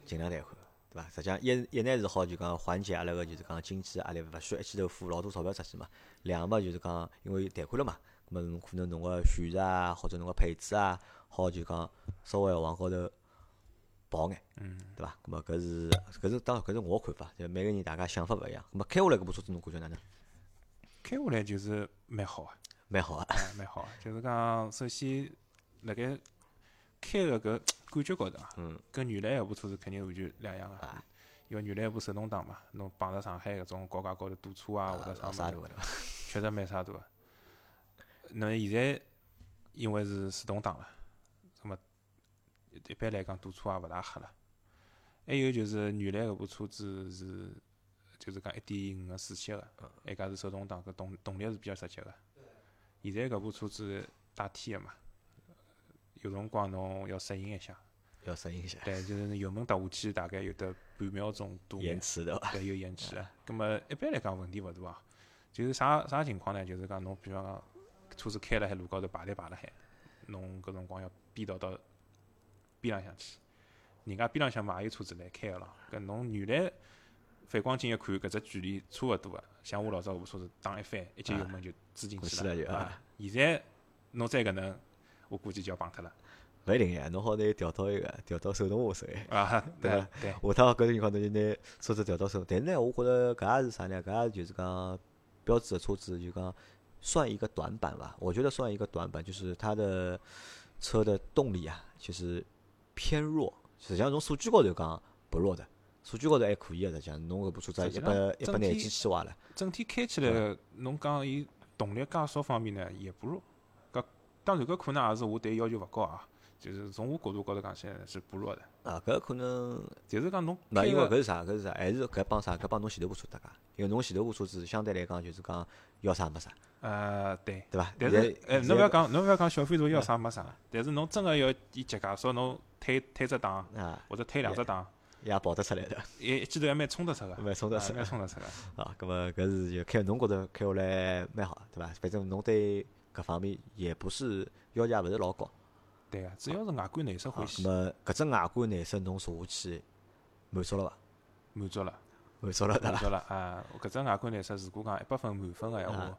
尽量贷款，对伐？实际上一一呢是好，就讲缓解阿拉个就是讲经济啊压力，勿需要一记头付老多钞票出去嘛。两嘛就是讲，因为贷款了嘛，咁么侬可能侬个选择啊，或者侬个配置啊，好就讲稍微往高头跑眼。
嗯，
对伐？咁么搿是搿是当然搿是我看法，就每个人大家想法勿一样。咁么开下来搿部车子侬感觉哪能？
开下来就是蛮好啊。
蛮好啊，
哎，蛮好啊，就是讲，首先辣盖开个搿感觉高头啊，
嗯，
跟原来一部车子肯定完全两样啊
啊。
因为原来一部手动挡嘛，侬绑着上海搿种高架高头堵车啊，或者啥
老
物
[laughs] 啥对
事，
伐？
确实蛮啥大个。侬现在因为是手动挡了，那么一般来讲堵车也勿大吓了。还有就是原来搿部车子是就是讲一点五个四驱个，还加是手动挡，搿动动力是比较直接个。现在搿部车子带天个嘛，有辰光侬要适应一下，
要适应一下，
对，就是油门踏下去大概有得半秒钟多眼
延迟对伐？
对，有延迟啊。咁么一般来讲问题勿大啊，就是啥啥情况呢？就是讲侬比方讲车子开辣海路高头排队排辣海，侬搿辰光要变道到边浪向去，人家边浪向嘛也有车子来开个咯。搿侬原来反光镜一看，搿只距离差勿多个，啊像我老早搿部车子打一翻，一记油门就支进
过
去
去了就啊
啊。现在侬再搿能，我估计就要碰脱了
勿一定呀，侬好拿伊调到一个调到手动下手哎。
啊。
[laughs]
对
对吧
对，
下趟搿种情况侬就拿车子调到手，但是呢，我觉着搿也是啥呢？搿也就是讲标志的车子，就讲算一个短板吧。我觉得算一个短板，就是它的车的动力啊，就是偏弱。实际上从数据高头讲不弱的，数据高头还可以啊。实际上，侬搿部车子
实
一
际
百
上
一
整
百廿
体
几千瓦了，
整体开起来，侬讲伊动力加速方面呢，也不弱。搿当然搿可能也是我对要求勿高啊，就是从我角度高头讲起来是不弱的。
啊，搿可能
就是讲侬
那
开
因为
个
搿是啥？搿是啥？还是搿帮啥？搿帮侬前头部车搭界，因为侬前头部车子相对来讲就是讲要啥没啥，
呃对，
对伐？
但
现
是
在
哎，
现
侬勿
在
要讲侬勿要讲消费者要啥没啥，但是侬真个要伊急驾说侬推推只档
啊，
或者推两
[laughs]
只档，
也跑得出来的，
一一记头还蛮冲得出个，
蛮冲得
啊
出
蛮冲得出个。
啊。搿么搿是就开侬觉着开下来蛮好，对伐？反正侬对搿方面也不是要求也勿是老高 [laughs]
对个，只要是外观内饰
啊。
欢
搿
喜，
么搿只外观内饰侬坐下去满足了伐？
满足了，
满足 [laughs] 了对
满 [laughs]
伐？
足了啊！搿只外观内饰，如果讲一百分满分个闲话
啊，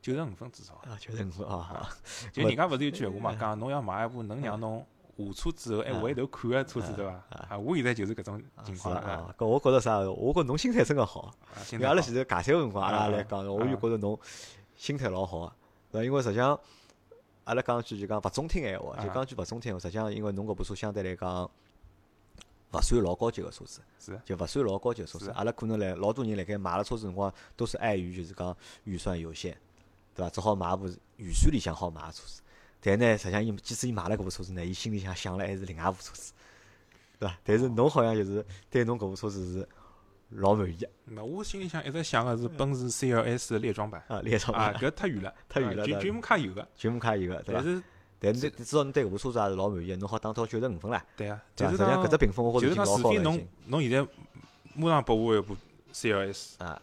九十五分至少。
啊，就是我啊，
就人家勿是有句闲话嘛，讲侬要买一部能让侬下车之后还
嗯
回头看个车子，对伐？啊，我现在就是搿种
啊
情
嗯是嗯
况
啊
啊。
啊。搿我觉着啥？我觉着侬心态真个好。
啊
因
现
为
在
阿拉
好
前头尬三个辰光，阿拉
啊
来讲，我就
啊
觉着侬心态老好啊。那因为实际上，阿拉讲句就讲勿中听闲话，就
啊
讲句勿中听闲话。实际上，因为侬搿部车相对来讲，勿算老高级个车子，
是
就勿算老高级个车子。
是
阿拉可能来老多人辣盖买了车子辰光，都是碍于就是讲预算有限，对伐？只好买一部预算里向好买个车子。但呢，实际上伊即使伊买了搿部车子呢，伊心里向想了还是另外一部车子，对伐？
啊
但是侬好像就是对侬搿部车子是老满意的
那我心里向一直想个是奔驰 CLS 的猎装
[laughs]
版
啊，列车
啊，搿太远了，
[laughs] 太远了
啊全
对
全部卡有个，
全部卡有个，对
但
伐？
是
但是你至少侬对搿部车子也是啊老满意的，侬好打到九十五分唻。
对啊，
对伐？
就是
实际上
讲
搿只评分我觉
就
着
是
已经
讲，
老
除
高
非
了已
侬
经。
侬现在马上拨我一部 CLS，
啊，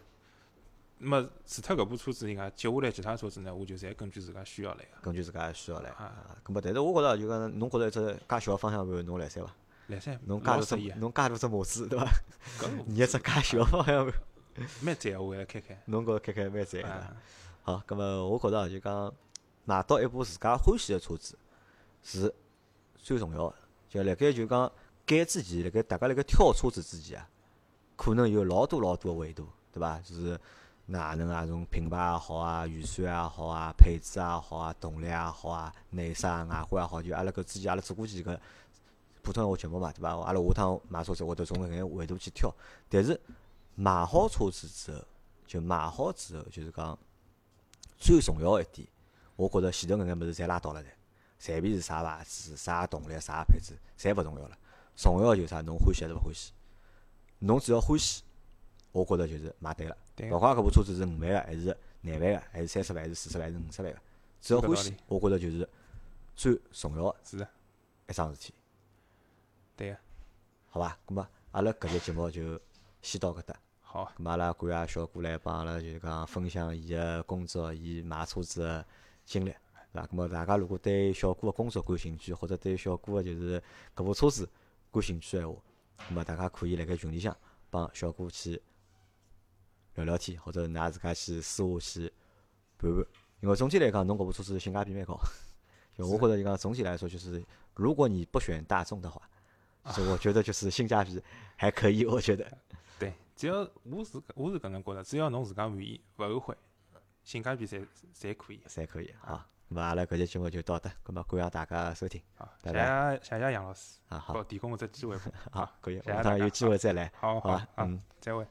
那么除脱搿部车子以外，接下来其他车子呢，我就侪根据自家需要来个，
根据自家的需要来。
啊
啊，搿么但是我觉着就讲侬觉着一只介小的方向盘侬来三伐？
来噻，
侬介
老
大
适
只 [laughs]
宜啊，
侬介大只马子对伐？
搿
[laughs] 你一只介小的方向盘，
蛮赞，我来开开，
侬觉着开开蛮赞
啊
个。好，搿么我觉着啊就讲买到一部自家欢喜的车子是最重要的。就辣盖就讲改之前，辣盖大家辣盖挑车子之前啊，可能有老多老多的维度，对伐？就是哪能啊，从品牌也好啊，预算也好啊，配置也好啊，动力也好啊，内饰啊，外观也好，就阿拉搿之前阿拉做过几个普通话节目嘛，对伐？阿拉下趟买车子会得从搿眼维度去挑，但是买好车子之后，就买好之后，就是讲最重要一点，我觉着前头搿眼物事侪拉倒了侪，随便是啥牌子、啥动力、啥配置，侪勿重要了。重要的就是啥，侬欢喜还是勿欢喜？侬只要欢喜，我觉着就是买对了。
对啊
勿
个，
管搿部车子是五万个，还是廿万个，还是三十万，还是四十万，还是五十万个，只要
搿道
欢喜
理，
我觉着就是最重要个
是的，
一桩事体，
对个，
好伐？咁么阿拉搿节节目就先到搿搭。
好啊，
咁阿拉感谢小姑来帮阿拉就是讲分享伊个工作，伊买车子个经历，是伐？咁么大家如果对小姑个工作感兴趣，或者对小姑个就是搿部车子感兴趣个闲话，咁么大家可以辣盖群里向帮小姑去聊聊天，或者㑚自家去私下去盘盘。因为总体来讲，侬搿部车子性价比蛮高。就我觉得，就讲总体来说，就是如果你不选大众的话，就我觉得就是性价比还可以，我觉得。
对，只要我是我是搿能觉着，只要侬自家满意，勿后悔，性价比侪侪可以的。
侪可以啊。咁啊阿拉搿节节目就到搿，咁啊么感谢大家收听
好，谢
拜
谢谢谢杨老师，
啊，好
好提供搿只机会拨
[laughs]
我。
好，可以，
谢谢
下
大
趟有
家
机会再来，
好
好
好
吧，
啊
嗯，，
再会。